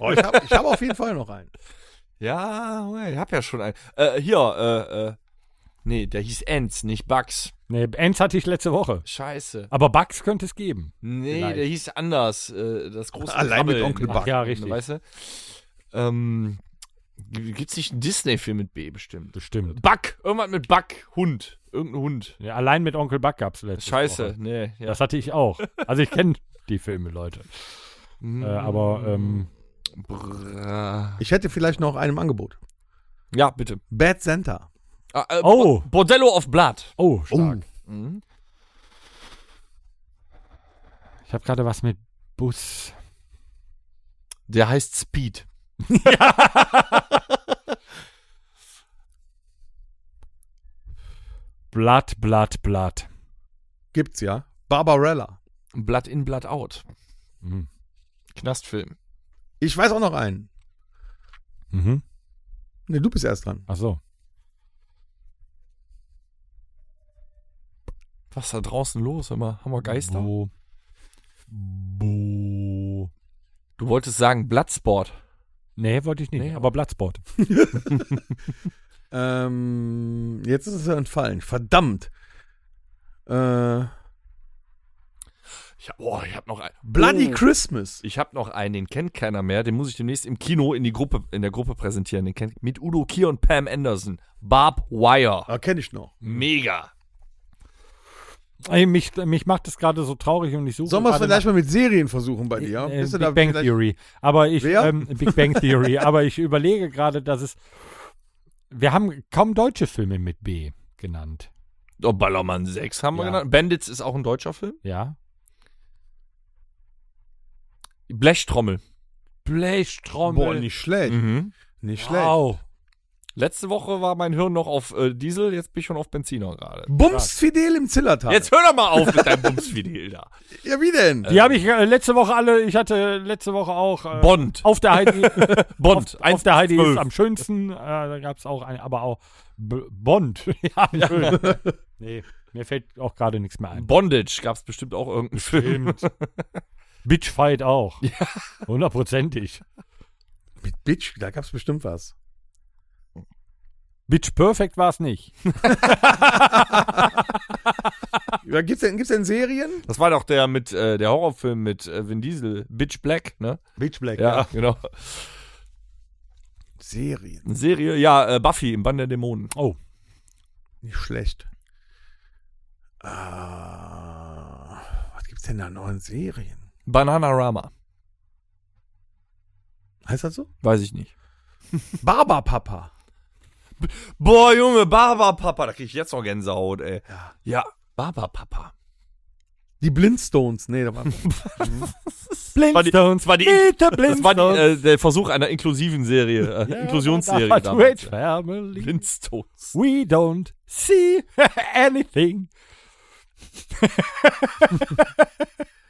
S3: Oh, ich habe ich hab auf jeden Fall noch einen.
S2: Ja, ich hab ja schon einen. Äh, hier, äh, äh, nee, der hieß Ents, nicht Bugs.
S4: Nee, Ends hatte ich letzte Woche.
S2: Scheiße.
S4: Aber Bugs könnte es geben.
S2: Nee,
S4: Vielleicht.
S2: der hieß anders. Äh, das große
S3: Allein mit
S2: Krabbeln.
S3: Onkel
S4: Ach
S3: Buck.
S4: ja, richtig.
S2: Weißt du? Ähm, g- gibt's nicht einen Disney-Film mit B bestimmt?
S4: Bestimmt.
S2: Buck, irgendwas mit Buck, Hund, irgendein Hund.
S4: Ja, allein mit Onkel Buck gab es letzte
S2: Scheiße,
S4: Woche.
S2: nee. Ja.
S4: Das hatte ich auch. Also ich kenne die Filme, Leute. Äh, aber ähm,
S2: Brrr.
S3: Ich hätte vielleicht noch einen im Angebot.
S2: Ja, bitte.
S3: Bad Center.
S2: Ah, äh,
S4: Oh.
S2: Bo- Bordello of Blood.
S4: oh, stark.
S2: Mhm.
S4: Ich habe gerade was mit Bus.
S2: Der heißt Speed.
S4: Blatt, Blatt, Blatt.
S3: Gibt's ja. Barbarella.
S2: Blood in, Blood out.
S4: Mhm.
S2: Knastfilm.
S3: Ich weiß auch noch einen.
S4: Mhm.
S3: Ne, du bist erst dran.
S4: Ach so.
S2: Was ist da draußen los? Immer haben wir Geister.
S4: Bo. Bo.
S2: Du wolltest sagen Bloodsport.
S4: Nee, wollte ich nicht.
S2: Nee,
S4: aber Blattsport.
S3: Ähm, jetzt ist es ja entfallen. Verdammt. Äh,
S2: Ich hab, oh, ich hab noch einen.
S3: Bloody
S2: oh.
S3: Christmas.
S2: Ich hab noch einen, den kennt keiner mehr. Den muss ich demnächst im Kino in die Gruppe, in der Gruppe präsentieren. Den kennt mit Udo Kier und Pam Anderson. Barb Wire.
S3: Ah, kenne ich noch.
S2: Oh, Mega.
S4: Ey, mich, mich macht es gerade so traurig und ich suche.
S3: Sollen wir es
S4: gerade
S3: vielleicht mal mit Serien versuchen bei
S4: nach-
S3: dir?
S4: Äh,
S3: Bist du
S4: Big
S3: da
S4: Bang
S3: vielleicht-
S4: Theory. Aber ich
S3: Wer?
S4: ähm, Big Bang Theory. aber ich überlege gerade, dass es. Wir haben kaum deutsche Filme mit B genannt.
S2: Oh, Ballermann 6 haben wir
S4: Ja.
S2: genannt. Bandits ist auch ein deutscher Film.
S4: Ja.
S2: Blechtrommel.
S4: Blechtrommel.
S3: Boah, nicht schlecht.
S2: Mhm.
S3: Nicht schlecht.
S4: wow.
S2: Letzte Woche war mein Hirn noch auf äh, Diesel, jetzt bin ich schon auf Benziner gerade.
S3: Bums Fidel im Zillertal.
S2: Jetzt hör doch mal auf mit deinem Bumsvideo da.
S3: Ja, wie denn?
S4: Die habe ich äh, letzte Woche alle, ich hatte letzte Woche auch äh,
S2: Bond.
S4: auf der Heidi.
S2: Bond.
S4: Auf, auf der Heidi ist
S2: 1,12.
S4: am schönsten. Äh, da gab es auch ein, aber auch B Bond. ja, schön. nee, mir fällt auch gerade nichts mehr ein.
S2: Bondage gab's bestimmt auch irgendeinen Film.
S4: Bitchfight auch. Hundertprozentig.
S3: Mit Bitch, da gab's bestimmt was.
S4: Bitch Perfect war es nicht.
S3: Ja, gibt's denn, gibt's denn Serien?
S2: Das war doch der mit äh, der Horrorfilm mit äh, Vin Diesel, Bitch Black, ne?
S3: Bitch Black.
S2: Ja, genau.
S3: Serien.
S2: Eine Serie, ja, äh, Buffy im Bann der Dämonen.
S4: Oh,
S3: Nicht schlecht. Ah, was gibt's denn da noch an Serien?
S2: Bananarama,
S3: Heißt das so?
S2: weiß ich nicht.
S3: Barberpapa.
S2: Boah, Junge, Barberpapa, da krieg ich jetzt noch Gänsehaut, ey. Ja, ja Barberpapa.
S3: Die Blindstones. Nee, da war.
S4: Blindstones.
S2: Das war die,
S4: Meet the
S2: das war die
S4: Blindstones.
S2: äh, der Versuch einer inklusiven Serie, äh, Inklusionsserie
S4: Ja, da war
S2: damals.
S4: Twitch Family.
S2: Blindstones.
S4: We don't see anything.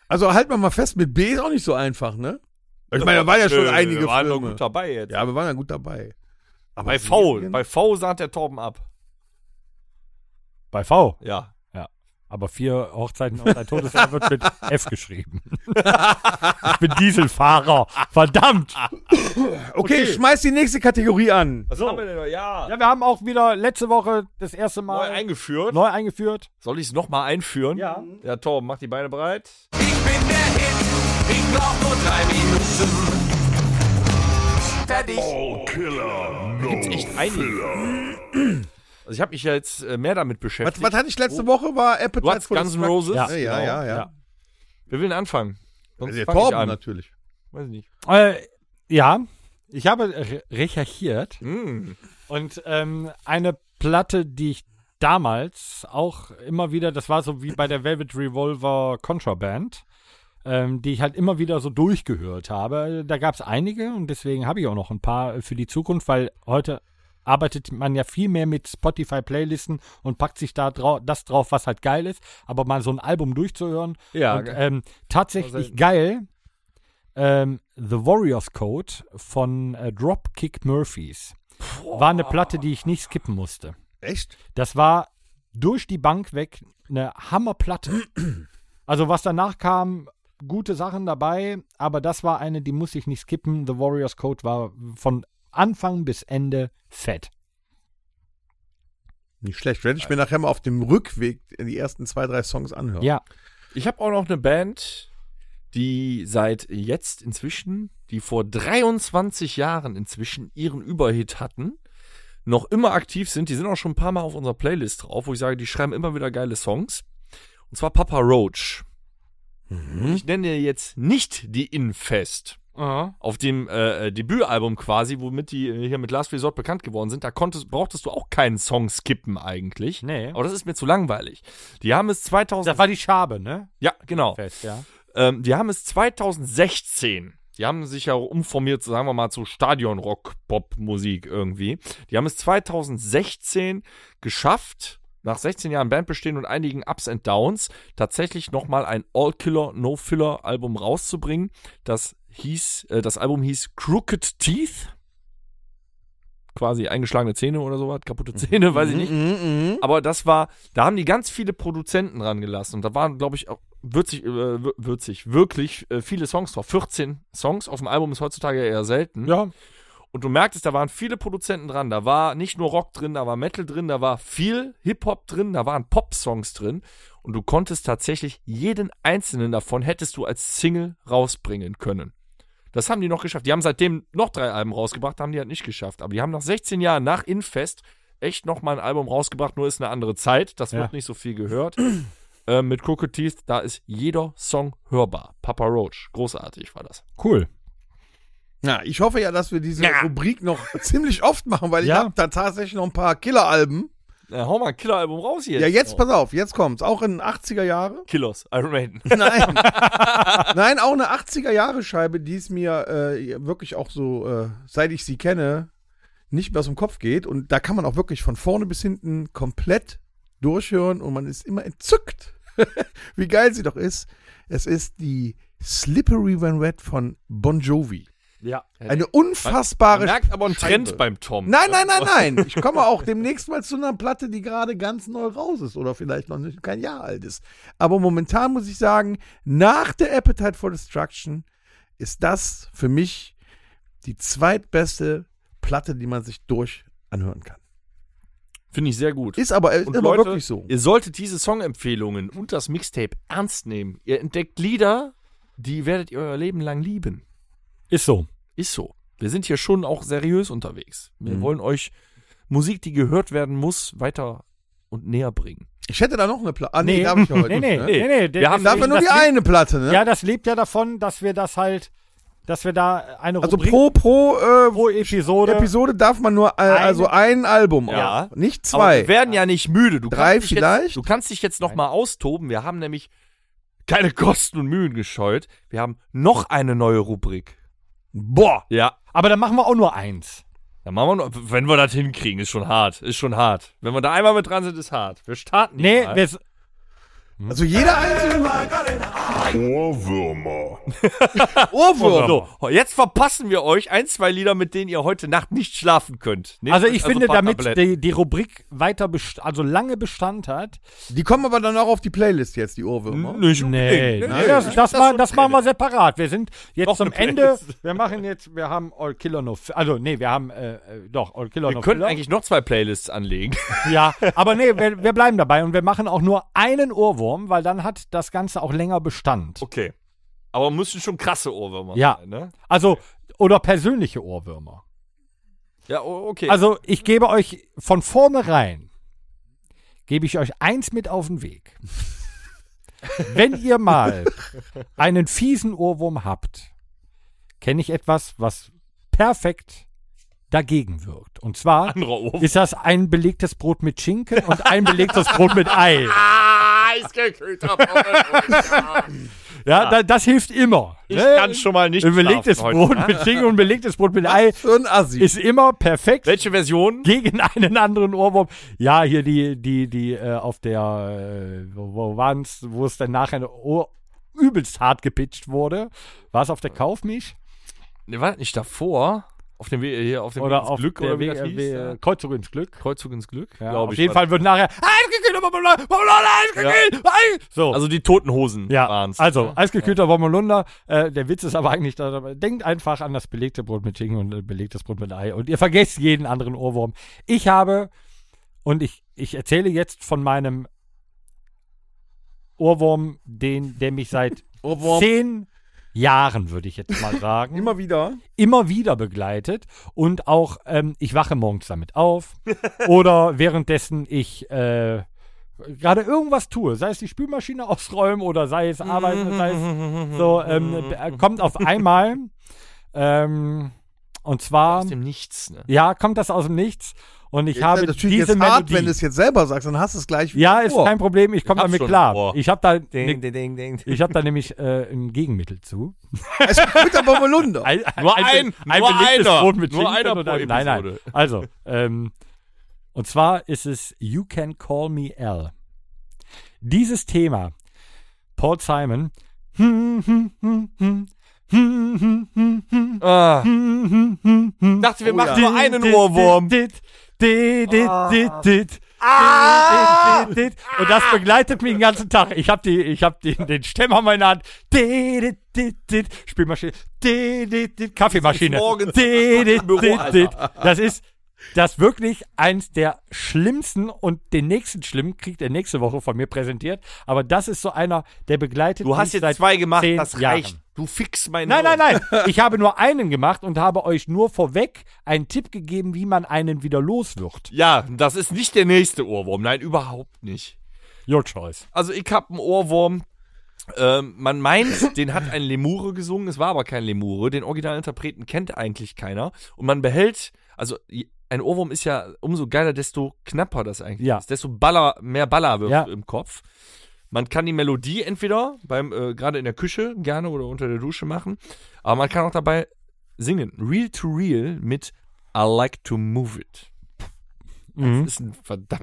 S3: Also halt mal mal fest, mit B ist auch nicht so einfach, ne? Ich meine, da waren ja schon einige
S2: Wir waren noch
S3: Filme.
S2: gut dabei jetzt.
S3: ja, wir waren ja gut dabei. Aber
S2: bei V,
S3: Serien?
S2: bei V sahnt der Torben ab.
S4: Bei V.
S2: Ja.
S4: Aber vier Hochzeiten und ein Todesfall wird mit F geschrieben. ich bin Dieselfahrer. Verdammt.
S3: okay, schmeiß die nächste Kategorie an.
S2: Was haben wir denn noch? Ja.
S4: Ja, wir haben auch wieder letzte Woche das erste
S2: Neu
S4: Mal neu,
S2: eingeführt.
S4: eingeführt.
S2: Soll ich es nochmal einführen?
S4: Ja.
S2: Ja, Torben, mach die Beine breit.
S5: Ich bin der Hit, ich brauch nur drei Minuten. Fertig.
S1: All Killer, no
S2: echt einige.
S1: Filler.
S2: Also ich habe mich ja jetzt äh, mehr damit
S3: Was,
S2: beschäftigt.
S3: was hatte ich letzte Woche? War
S2: oh. Du
S3: Appetite
S2: hast Guns N' Roses?
S3: Ja, ja, ja. ja.
S2: Wir will anfangen? Sonst
S3: Also der
S2: fang ich
S3: Torben
S2: an.
S3: natürlich.
S2: Weiß ich nicht.
S4: Äh, ja, ich habe re- recherchiert
S2: Hm.
S4: und ähm, eine Platte, die ich damals auch immer wieder, das war so wie bei der Velvet Revolver Contraband, ähm, die ich halt immer wieder so durchgehört habe. Da gab es einige und deswegen habe ich auch noch ein paar für die Zukunft, weil heute arbeitet man ja viel mehr mit Spotify-Playlisten und packt sich da drau das drauf, was halt geil ist. Aber mal so ein Album durchzuhören,
S2: Ja,
S4: und,
S2: ge-
S4: ähm, tatsächlich
S2: selten.
S4: geil. Ähm, The Warriors Code von äh, Dropkick Murphys war eine Platte, die ich nicht skippen musste.
S3: Echt?
S4: Das war durch die Bank weg eine Hammerplatte. Also was danach kam, gute Sachen dabei, aber das war eine, die muss ich nicht skippen. The Warriors Code war von Anfang bis Ende fett.
S3: Nicht schlecht. Werde ich mir nachher mal auf dem Rückweg die ersten zwei, drei Songs anhören.
S4: Ja,
S2: Ich habe auch noch eine Band, die seit jetzt inzwischen, die vor 23 Jahren inzwischen ihren Überhit hatten, noch immer aktiv sind. Die sind auch schon ein paar Mal auf unserer Playlist drauf, wo ich sage, die schreiben immer wieder geile Songs. Und zwar Papa Roach.
S4: Mhm.
S2: Ich nenne jetzt nicht die Infest. Auf dem äh, äh, Debütalbum quasi, womit die äh, hier mit Last Resort bekannt geworden sind, da konntest, brauchtest du auch keinen Song skippen eigentlich.
S4: Nee.
S2: Aber das ist mir zu langweilig. Die haben es 2000.
S4: das war die Schabe, ne?
S2: ja, genau.
S4: Fest, ja.
S2: Ähm, die haben es 2016. Die haben sich ja umformiert, sagen wir mal, zu Stadion-Rock-Pop-Musik irgendwie. Die haben es 2016 geschafft, nach 16 Jahren Bandbestehen und einigen Ups and Downs, tatsächlich nochmal ein All-Killer, No-Filler-Album rauszubringen. Das hieß, äh, das Album hieß Crooked Teeth. Quasi eingeschlagene Zähne oder sowas, kaputte Zähne, weiß ich nicht. Aber das war, da haben die ganz viele Produzenten dran gelassen. Und da waren, glaube ich, auch würzig, äh, wir- würzig, wirklich äh, viele Songs drauf. 14 Songs auf dem Album ist heutzutage eher selten.
S4: Ja,
S2: Und du merktest, da waren viele Produzenten dran. Da war nicht nur Rock drin, da war Metal drin, da war viel Hip-Hop drin, da waren Pop-Songs drin. Und du konntest tatsächlich jeden einzelnen davon hättest du als Single rausbringen können. Das haben die noch geschafft. Die haben seitdem noch drei Alben rausgebracht, haben die halt nicht geschafft. Aber die haben nach 16 Jahren nach Infest echt nochmal ein Album rausgebracht, nur ist eine andere Zeit. Das
S4: Ja.
S2: wird nicht so viel gehört. Ähm, mit Crooked Teeth, da ist jeder Song hörbar. Papa Roach, großartig war das.
S4: cool.
S3: Na, ich hoffe ja, dass wir diese Rubrik noch ziemlich oft machen, weil ich
S4: Ja.
S3: habe da tatsächlich noch ein paar Killer-Alben.
S2: Äh, hau mal ein Killer-Album raus hier.
S3: Ja, jetzt pass auf, jetzt kommt's. Auch in den 80er Jahre.
S2: Killers, Iron Maiden.
S3: Nein. Nein, auch eine 80er Jahre Scheibe, die es mir äh, wirklich auch so, äh, seit ich sie kenne, nicht mehr aus dem Kopf geht. Und da kann man auch wirklich von vorne bis hinten komplett durchhören und man ist immer entzückt, wie geil sie doch ist. Es ist die Slippery When Wet von Bon Jovi.
S2: Ja.
S3: Eine unfassbare.
S2: Man merkt aber einen Trend
S3: Scheibe.
S2: beim Tom.
S3: Nein, nein, nein, nein. Ich komme auch demnächst mal zu einer Platte, die gerade ganz neu raus ist oder vielleicht noch nicht kein Jahr alt ist. Aber momentan muss ich sagen, nach der Appetite for Destruction ist das für mich die zweitbeste Platte, die man sich durch anhören kann.
S2: Finde ich sehr gut.
S3: Ist aber, ist
S2: Und
S3: aber
S2: Leute,
S3: wirklich so.
S2: Ihr solltet diese Songempfehlungen und das Mixtape ernst nehmen. Ihr entdeckt Lieder, die werdet ihr euer Leben lang lieben.
S4: Ist so.
S2: Ist so. Wir sind hier schon auch seriös unterwegs.
S3: Mhm.
S2: Wir wollen euch Musik, die gehört werden muss, weiter und näher bringen.
S3: Ich hätte da noch eine Platte. Ah, nee, die habe ich ja heute.
S4: nee, nee,
S3: nicht, ne?
S4: nee, nee,
S2: Wir haben
S3: Dafür nur die
S4: das liegt-
S3: eine Platte, ne?
S4: Ja, das lebt ja davon, dass wir das halt, dass wir da eine
S3: also
S4: Rubrik
S3: pro, pro, äh,
S4: pro Episode.
S3: Episode darf man nur äh, also ein Album,
S2: Ja.
S3: auf. nicht
S2: Aber
S3: zwei.
S2: wir werden ja nicht müde. Du
S3: Drei
S2: kannst dich Jetzt,
S3: vielleicht?
S2: du kannst dich jetzt noch mal austoben. Wir haben nämlich keine Kosten und Mühen gescheut. Wir haben noch eine neue Rubrik.
S3: Boah,
S2: Ja.
S4: Aber dann machen wir auch nur eins.
S2: Dann machen wir nur, wenn wir das hinkriegen, ist schon hart. Ist schon hart. Wenn wir da einmal mit dran sind, ist hart. Wir starten.
S4: Nee,
S2: mal.
S4: wir,
S3: also jeder einzelne
S1: Ohrwürmer.
S3: Ohrwurm.
S2: So, jetzt verpassen wir euch ein, zwei Lieder, mit denen ihr heute Nacht nicht schlafen könnt. Nehmt
S4: also
S2: euch
S4: ich finde,
S2: ein paar
S4: damit
S2: Tabletten.
S4: die, die Rubrik weiter, best also lange Bestand hat.
S3: Die kommen aber dann auch auf die Playlist jetzt, die Ohrwürmer.
S2: Hm? Nicht
S4: Nee,
S2: unbedingt.
S4: nee, das, das, mal, das machen wir separat. Wir sind jetzt
S2: Doch,
S4: zum
S2: eine
S4: Ende. Wir machen jetzt, wir haben All Killer No Fi- Also, nee, wir haben, äh, äh, doch, All Killer
S2: Wir
S4: No
S2: könnten
S4: Filler.
S2: eigentlich noch zwei Playlists anlegen.
S4: Ja, aber nee, wir, wir bleiben dabei und wir machen auch nur einen Ohrwurm, weil dann hat das Ganze auch länger Bestand.
S2: Okay. Aber müssen schon krasse Ohrwürmer
S4: Ja.
S2: sein, ne?
S4: Also, oder persönliche Ohrwürmer.
S2: Ja, o- okay.
S4: Also, ich gebe euch von vornherein, gebe ich euch eins mit auf den Weg. Wenn ihr mal einen fiesen Ohrwurm habt, kenne ich etwas, was perfekt dagegen wirkt. Und zwar
S2: anderer Ohrwurm.
S4: ist das ein belegtes Brot mit Schinken und ein belegtes Brot mit Ei.
S2: Ah, Eisgekühlter Pommes.
S4: Ja, da, das hilft immer.
S2: oh, Ich
S4: ne?
S2: kann schon mal nicht
S4: Ein belegtes
S2: schlafen
S4: Brot
S2: heute.
S4: mit Schinken und belegtes Brot mit Ei
S3: So ein Assi.
S4: ist immer perfekt.
S2: Welche Version?
S4: gegen einen anderen Ohrwurm. Ja, hier die, die, die äh, auf der, äh, wo, wo waren's, wo es dann nachher eine Ohr übelst hart gepitcht wurde. War es auf der Kaufmisch?
S2: Ne, war das nicht davor? Auf dem Weg, hier auf dem
S4: Oder
S2: ins
S4: auf
S2: Glück
S4: der
S2: oder wie
S4: W-
S2: das hieß?
S4: W-
S2: Ja.
S4: Kreuzzug ins Glück.
S2: Kreuzzug ins Glück?
S4: Ja,
S2: glaub
S4: auf
S2: ich,
S4: jeden
S2: war
S4: Fall wird nachher Eisgekühlter Bommelunder, Bommelunder, Eisgekühlt, Eis! So.
S2: das. Also die toten Hosen
S4: ja,
S2: waren's.
S4: also eisgekühlter Bommelunder. Äh, der Witz ist aber eigentlich, da, da- denkt einfach an das belegte Brot mit Schinken und äh, belegtes Brot mit Ei und ihr vergesst jeden anderen Ohrwurm. Ich habe, und ich, ich erzähle jetzt von meinem Ohrwurm, den, der mich seit
S3: Ohrwurm.
S4: zehn Jahren, würde ich jetzt mal sagen,
S3: Immer wieder.
S4: immer wieder begleitet und auch ähm, ich wache morgens damit auf oder währenddessen ich äh, gerade irgendwas tue, sei es die Spülmaschine ausräumen oder sei es arbeiten, sei es so, ähm, b- äh, kommt auf einmal ähm, und zwar,
S2: Aus dem Nichts, ne?
S4: ja, kommt das aus dem Nichts und ich habe
S3: das
S4: diese
S3: tut jetzt
S4: Melodie.
S3: hart, wenn du es jetzt selber sagst, dann hast du es gleich
S4: ja,
S3: im
S4: ist
S3: Ohr.
S4: kein Problem, ich komme
S2: hab's
S4: damit
S2: schon im
S4: klar.
S2: Ohr.
S4: Ich habe da, ne,
S2: ding, ding, ding.
S4: ich hab da nämlich äh, ein Gegenmittel zu.
S3: Es ist guter Bommelunder.
S4: Ein,
S2: Nur ein- nur
S4: belegtes
S2: einer.
S4: Brot mit
S2: Nur
S4: Schinken
S2: einer
S4: und
S2: pro
S4: einem- Nein, nein.
S2: Episode.
S4: Also, ähm, und zwar ist es You Can Call Me L. Dieses Thema, Paul Simon.
S2: Ah. Ich dachte, wir
S4: Oh
S2: machen nur einen Ohrwurm.
S4: Dit, dit, dit, dit, dit.
S2: Ah!
S4: Dit, dit, dit, dit. Und das begleitet mich den ganzen Tag. Ich habe die, ich habe den, den Stemmer in meiner Hand. Dit, dit, dit, dit. Spielmaschine. Dit, dit, dit. Kaffeemaschine.
S2: Morgens
S4: Dit, dit,
S2: im Büro,
S4: dit,
S2: Alter.
S4: dit. Das ist das wirklich eins der schlimmsten und den nächsten schlimmen kriegt er nächste Woche von mir präsentiert. Aber das ist so einer, der begleitet
S2: Du hast
S4: mich
S2: jetzt
S4: seit
S2: zwei gemacht,
S4: zehn
S2: das
S4: Jahren.
S2: reicht. Du fix meinen
S4: Nein, nein, nein. Ich habe nur einen gemacht und habe euch nur vorweg einen Tipp gegeben, wie man einen wieder los wird.
S2: Ja, das ist nicht der nächste Ohrwurm. Nein, überhaupt nicht.
S4: Your choice.
S2: Also ich hab einen Ohrwurm. Ähm, man meint, den hat ein Lemure gesungen, es war aber kein Lemure. Den Originalinterpreten kennt eigentlich keiner. Und man behält, also i- ein Ohrwurm ist ja umso geiler, desto knapper das eigentlich
S4: Ja.
S2: ist. Desto Baller, mehr Baller wirft
S4: Ja.
S2: im Kopf. Man kann die Melodie entweder beim, äh, gerade in der Küche gerne oder unter der Dusche machen, aber man kann auch dabei singen. Real to Real mit I like to move it.
S4: Mhm.
S2: Das ist ein verdammt.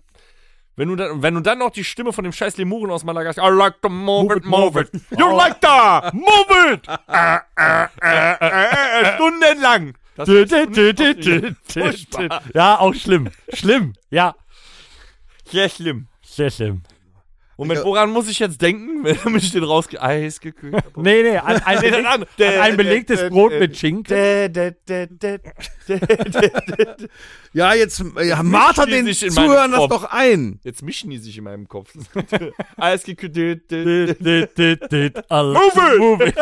S2: Wenn du, dann, wenn du dann noch die Stimme von dem scheiß Lemuren aus Madagaskar, I like to move, it, move it. Oh. You like that, move it! Äh, äh, äh, äh, äh, Stundenlang. Das
S4: Dü,
S2: ist
S4: dü, dü, dü, dü, dü, dü. Ja, auch schlimm. Schlimm. Ja,
S2: sehr schlimm.
S4: sehr schlimm.
S2: Moment, woran muss ich jetzt denken, wenn ich den rausge... Eis gekühlt habe?
S4: Nee, nee, an ein,
S2: Nee, dann
S4: beleg-
S2: an.
S4: an ein belegtes Brot mit Schinken.
S2: Äh,
S3: Ja, jetzt ja, marter
S2: die
S3: den
S2: sich in meinem
S3: Zuhörern das
S2: Kopf.
S3: doch ein.
S2: Jetzt mischen die sich in meinem Kopf. Eisgekühlt.
S4: Dü, dü, dü, dü, alle- Move it.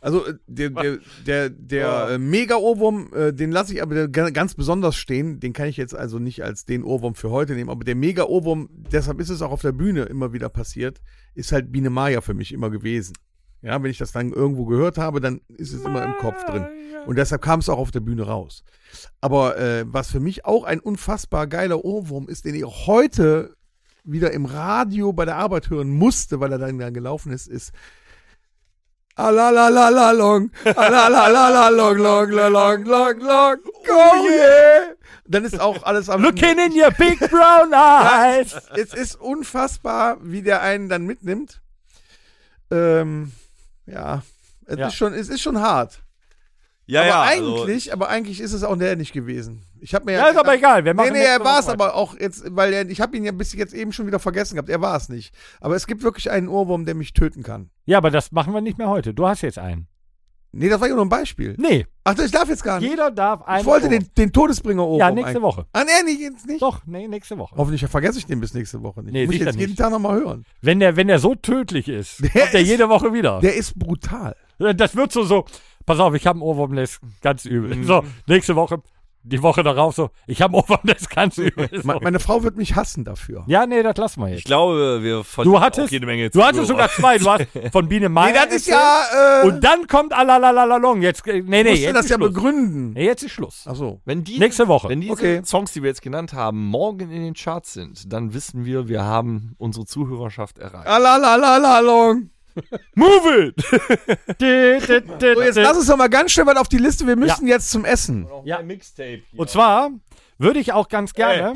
S3: Also äh, der, der, der, der äh, Mega-Ohrwurm, äh, den lasse ich aber der- ga- ganz besonders stehen. Den kann ich jetzt also nicht als den Ohrwurm für heute nehmen. Aber der Mega-Ohrwurm, deshalb ist es auch auf der Bühne immer wieder passiert, ist halt Biene Maya für mich immer gewesen. Ja, wenn ich das dann irgendwo gehört habe, dann ist es immer im Kopf drin. Und deshalb kam es auch auf der Bühne raus. Aber äh, was für mich auch ein unfassbar geiler Ohrwurm ist, den ich auch heute wieder im Radio bei der Arbeit hören musste, weil er dann, dann gelaufen ist, ist Alalalala long, alalalala long, long, long, long, long, long, go yeah. Dann ist auch alles am
S4: Looking in your big brown eyes.
S3: Es ist unfassbar, wie der einen dann mitnimmt. Ähm, ja, es,
S4: Ja. also
S3: Ist schon, es ist schon hart.
S2: Ja,
S3: aber
S2: ja. also,
S3: eigentlich, aber eigentlich ist es auch der nicht gewesen. Ich habe mir
S4: Ja, ist aber
S3: gedacht-
S4: egal. Wir
S3: Nee,
S4: machen
S3: nee, er
S4: nächste
S3: war es
S4: Woche
S3: aber auch jetzt, weil er, ich habe ihn ja bis jetzt eben schon wieder vergessen gehabt. Er war es nicht. Aber es gibt wirklich einen Ohrwurm, der mich töten kann.
S4: weiter. Ja, aber das machen wir nicht mehr heute. Du hast jetzt einen.
S3: Nee, das war ja nur ein Beispiel.
S4: Nee,
S3: Ach, ich darf jetzt gar nicht.
S4: jeder darf einen.
S3: Ich wollte
S4: Ohrwurm.
S3: den, den Todesbringer Ohrwurm.
S4: Ja, nächste
S3: eigentlich.
S4: Woche.
S3: Ah, nee, nee, jetzt nicht.
S4: Doch, nee, nächste Woche.
S3: Hoffentlich vergesse ich den bis nächste Woche nicht.
S4: Nee,
S3: Muss ich
S4: sicher
S3: jetzt jeden
S4: nicht.
S3: Tag nochmal hören.
S4: Wenn der, wenn der so tödlich ist,
S3: Der
S4: kommt der
S3: ist-
S4: jede Woche wieder. Äh,
S3: Der ist brutal.
S4: Das wird so, so, pass auf, ich habe einen Ohrwurm, der ist ganz
S3: Mhm.
S4: übel. So, nächste Woche, die Woche darauf so, ich habe einen Ohrwurm, der ist ganz übel. So.
S3: Me- Meine Frau wird mich hassen dafür.
S4: Ja, nee, das lassen wir
S2: Ich
S4: jetzt.
S2: glaube, wir verdienen
S4: Du hattest,
S2: auch jede Menge
S4: du hattest sogar
S2: Zuhörer.
S4: zwei, du hast von Biene Meier.
S3: nee, das ist
S4: erzählt.
S3: ja. Äh,
S4: also Und dann kommt Alalalalong. Jetzt, äh, nee, nee,
S3: musst du
S4: jetzt
S3: das
S4: ist,
S3: ja
S4: Schluss.
S3: begründen.
S4: nee, jetzt ist Schluss.
S3: Ach so.
S2: Wenn die,
S4: Nächste Woche.
S2: Wenn diese
S3: Okay.
S2: Songs, die wir jetzt genannt haben, morgen in den Charts sind, dann wissen wir, wir haben unsere Zuhörerschaft erreicht.
S3: Alalalalong.
S2: Move it!
S3: So,
S4: Äh,
S3: jetzt lass uns doch mal ganz schnell was auf die Liste. Wir müssen jetzt zum Essen.
S4: Ja.
S2: Mixtape.
S4: Und zwar würde ich auch ganz gerne,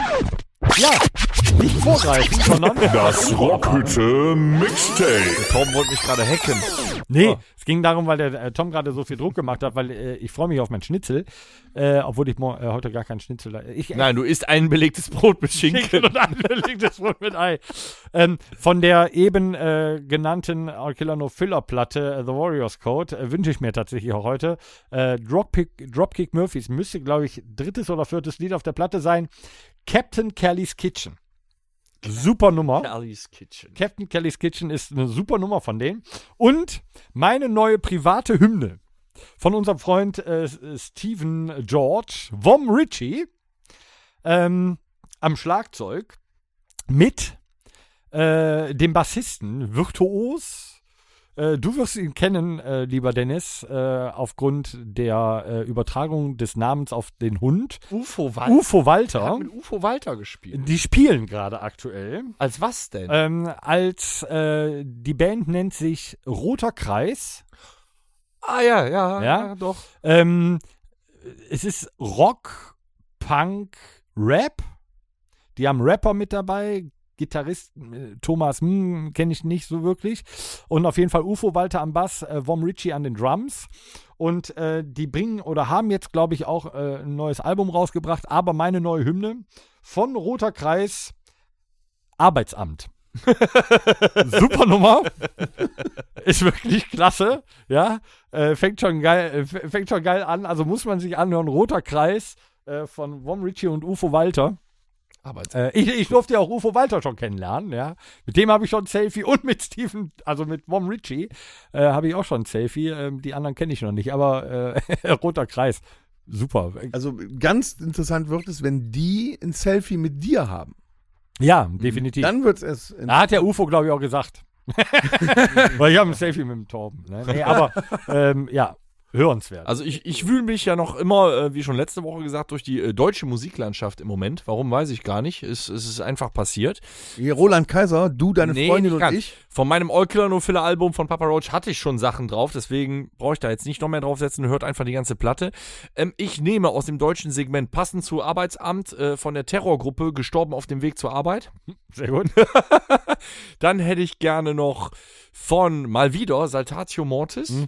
S3: Äh.
S4: ja, nicht vorgreifen, sondern
S1: Das Rockhütte Mixtape.
S2: Tom wollte mich gerade hacken.
S4: Nee, es ging darum, weil der äh, Tom gerade so viel Druck gemacht hat, weil äh, ich freue mich auf mein Schnitzel, äh, obwohl ich mor- äh, heute gar keinen Schnitzel. Ich äh,
S2: Nein, du isst ein belegtes Brot mit Schinken.
S4: und einbelegtes Brot mit Ei. Ähm, von der eben äh, genannten Alkilano Filler Platte äh, The Warriors Code äh, wünsche ich mir tatsächlich auch heute äh, Dropkick, Dropkick Murphys müsste glaube ich drittes oder viertes Lied auf der Platte sein. Captain Kelly's Kitchen. Super Nummer.
S2: Alice Kitchen.
S4: Captain Kelly's Kitchen ist eine super Nummer von denen. Und meine neue private Hymne von unserem Freund äh, Stephen George, Vom Ritchie, ähm, am Schlagzeug mit äh, dem Bassisten Virtuos. Äh, Du wirst ihn kennen, äh, lieber Dennis, äh, aufgrund der äh, Übertragung des Namens auf den Hund.
S2: UFO Walter.
S4: Ufo Walter.
S2: mit Ufo Walter gespielt.
S4: Die spielen gerade aktuell.
S2: Als was denn?
S4: Ähm, als äh, die Band nennt sich Roter Kreis.
S2: ah ja, ja,
S4: ja,
S2: doch.
S4: Ähm, es ist Rock, Punk, Rap. Die haben Rapper mit dabei. Gitarrist äh, Thomas hm, kenne ich nicht so wirklich. Und auf jeden Fall UFO Walter am Bass, äh, Vom Ritchie an den Drums. Und äh, die bringen oder haben jetzt, glaube ich, auch äh, ein neues Album rausgebracht. Aber meine neue Hymne von Roter Kreis Arbeitsamt. Super Nummer. Ist wirklich klasse. Ja, äh, fängt, schon geil, äh, f- fängt schon geil an. Also muss man sich anhören. Roter Kreis äh, von Vom Ritchie und Ufo Walter.
S2: Aber
S4: Äh, ich, ich durfte ja auch Ufo Walter schon kennenlernen, ja. Mit dem habe ich schon ein Selfie und mit Steven, also mit Mom Ritchie, äh, habe ich auch schon ein Selfie. Ähm, die anderen kenne ich noch nicht, aber äh, Roter Kreis, super.
S3: Also ganz interessant wird es, wenn die ein Selfie mit dir haben.
S4: Ja, definitiv.
S3: Dann wird es. in-
S4: Da hat der UFO, glaube ich, auch gesagt. Weil ich habe ein Selfie mit dem Torben. Ne? Nee, aber ähm, ja, Hörenswert.
S2: Also ich, ich wühle mich ja noch immer, äh, wie schon letzte Woche gesagt, durch die äh, deutsche Musiklandschaft im Moment. Warum weiß ich gar nicht. Es, es ist einfach passiert.
S3: Hier, Roland Kaiser, du, deine
S2: Nee,
S3: Freundin
S2: nicht
S3: und
S2: ganz.
S3: ich.
S2: Von meinem All Killer No Filler Album von Papa Roach hatte ich schon Sachen drauf, deswegen brauche ich da jetzt nicht noch mehr draufsetzen, hört einfach die ganze Platte. Ähm, ich nehme aus dem deutschen Segment passend zu Arbeitsamt äh, von der Terrorgruppe Gestorben auf dem Weg zur Arbeit.
S4: Sehr gut.
S2: Dann hätte ich gerne noch von mal wieder Saltatio Mortis.
S3: Hm.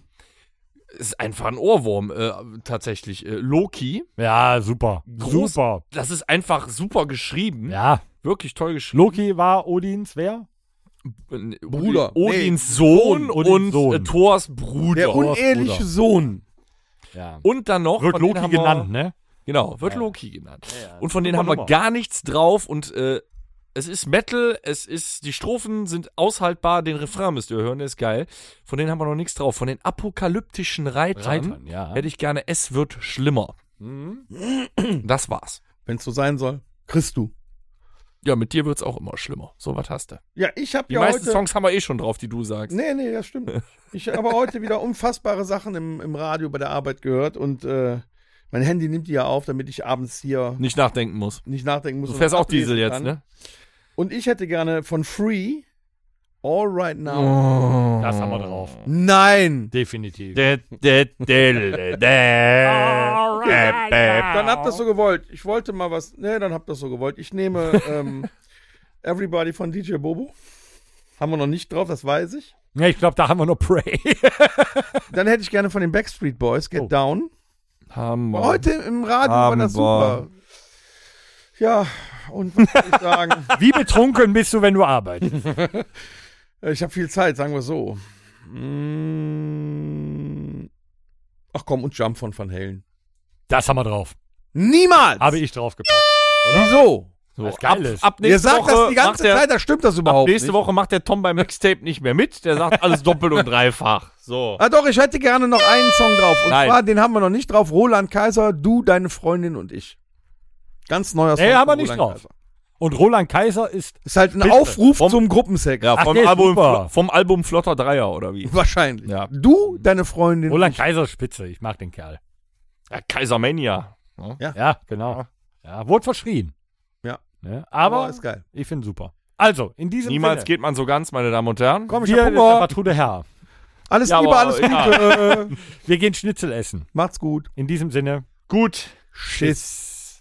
S2: Ist einfach ein Ohrwurm, äh, tatsächlich. Äh, Loki.
S4: Ja, super.
S2: Groß-
S4: Super.
S2: Das ist einfach super geschrieben.
S4: Ja.
S2: Wirklich toll geschrieben.
S4: Loki war Odins wer?
S2: Äh,
S3: Bruder.
S2: Odins Sohn
S4: Odins
S2: und
S4: Sohn.
S2: Äh, Thors Bruder.
S3: Der uneheliche
S4: Bruder.
S3: Sohn.
S4: Ja.
S2: Und dann noch.
S4: Wird
S2: von denen
S4: Loki
S2: haben wir-
S4: genannt, ne?
S2: Genau, wird Loki genannt.
S4: ja.
S2: Und von denen
S4: Super
S2: haben wir
S4: Nummer.
S2: gar nichts drauf und äh, es ist Metal, es ist, die Strophen sind aushaltbar, den Refrain müsst ihr hören, der ist geil. Von denen haben wir noch nichts drauf. Von den apokalyptischen Reitern,
S4: Reitern, ja.
S2: hätte ich gerne, es wird schlimmer. Das war's.
S3: Wenn es so sein soll, kriegst du.
S2: Ja, mit dir wird's auch immer schlimmer. So was hast du.
S3: Ja, ich habe
S2: Die
S3: ja
S2: meisten
S3: heute.
S2: Songs haben wir eh schon drauf, die du sagst.
S3: nee, nee, das stimmt. Ich habe heute wieder unfassbare Sachen im, im Radio bei der Arbeit gehört und äh, mein Handy nimmt die ja auf, damit ich abends hier
S2: Nicht nachdenken muss.
S3: nicht nachdenken muss.
S2: Du
S3: und
S2: fährst auch
S3: ablesen
S2: Diesel jetzt,
S3: kann.
S2: ne?
S3: Und ich hätte gerne von Free All Right Now.
S2: Oh.
S4: Das haben wir drauf.
S3: Nein!
S4: Definitiv.
S3: Dann habt ihr so gewollt. Ich wollte mal was. Nee, dann habt ihr so gewollt. Ich nehme ähm, Everybody von DJ Bobo. Haben wir noch nicht drauf, das weiß ich.
S4: ja, ich glaube, da haben wir nur Prey.
S3: Dann hätte ich gerne von den Backstreet Boys Get
S4: Oh.
S3: Down.
S2: Hammer.
S3: Heute im Radio war das
S2: Aber-
S3: super. Ja, und was soll ich sagen?
S4: Wie betrunken bist du, wenn du arbeitest?
S3: Äh, Ich habe viel Zeit, sagen wir so. Mm. Ach komm, und Jump von Van Halen.
S4: Das haben wir drauf.
S3: Niemals!
S4: Habe ich draufgepackt.
S3: Wieso?
S2: So,
S4: Was
S2: ab,
S4: Geiles.
S2: ab
S3: Ihr
S2: nächste
S3: sagt
S2: Woche
S3: das die ganze
S2: macht der,
S3: Zeit, da stimmt das
S2: Ab
S3: überhaupt
S2: nächste
S3: nicht.
S2: Woche macht der Tom beim Mixtape nicht mehr mit. Der sagt alles doppelt und dreifach. So.
S3: Ah doch, ich hätte gerne noch einen Song drauf. Und
S2: Nein.
S3: zwar, den haben wir noch nicht drauf. Roland Kaiser, du, deine Freundin und ich. Ganz neuer Song.
S4: Nee, haben
S3: von
S4: wir nicht
S3: Roland
S4: drauf.
S3: Kaiser.
S4: Und Roland Kaiser ist.
S3: Ist halt ein
S4: Bitte.
S3: Aufruf
S2: Vom-
S3: zum Gruppensex.
S2: Ja, vom,
S4: der ist
S2: Album,
S4: super.
S2: vom Album Flotter Dreier oder wie?
S3: Wahrscheinlich.
S2: Ja.
S3: Du, deine Freundin.
S4: Roland Kaiser ist Spitze. Ich mag den Kerl.
S2: Ja, Kaisermania.
S4: Ja, genau. Ja, wurde verschrien.
S3: Ja.
S4: Ne?
S3: aber,
S4: Aber
S3: ist geil.
S4: ich finde super. Also, in diesem
S2: Niemals
S4: Sinne.
S2: geht man so ganz, meine Damen und Herren.
S3: Komm, ich
S4: Hier
S3: hab
S4: ist
S3: Hunger.
S4: Gertrude Herr.
S3: Alles
S2: Ja,
S3: Liebe,
S2: aber-
S3: alles Gute. Äh,
S4: Wir gehen Schnitzel essen.
S3: Macht's gut.
S4: In diesem Sinne.
S2: Gut.
S3: Tschüss.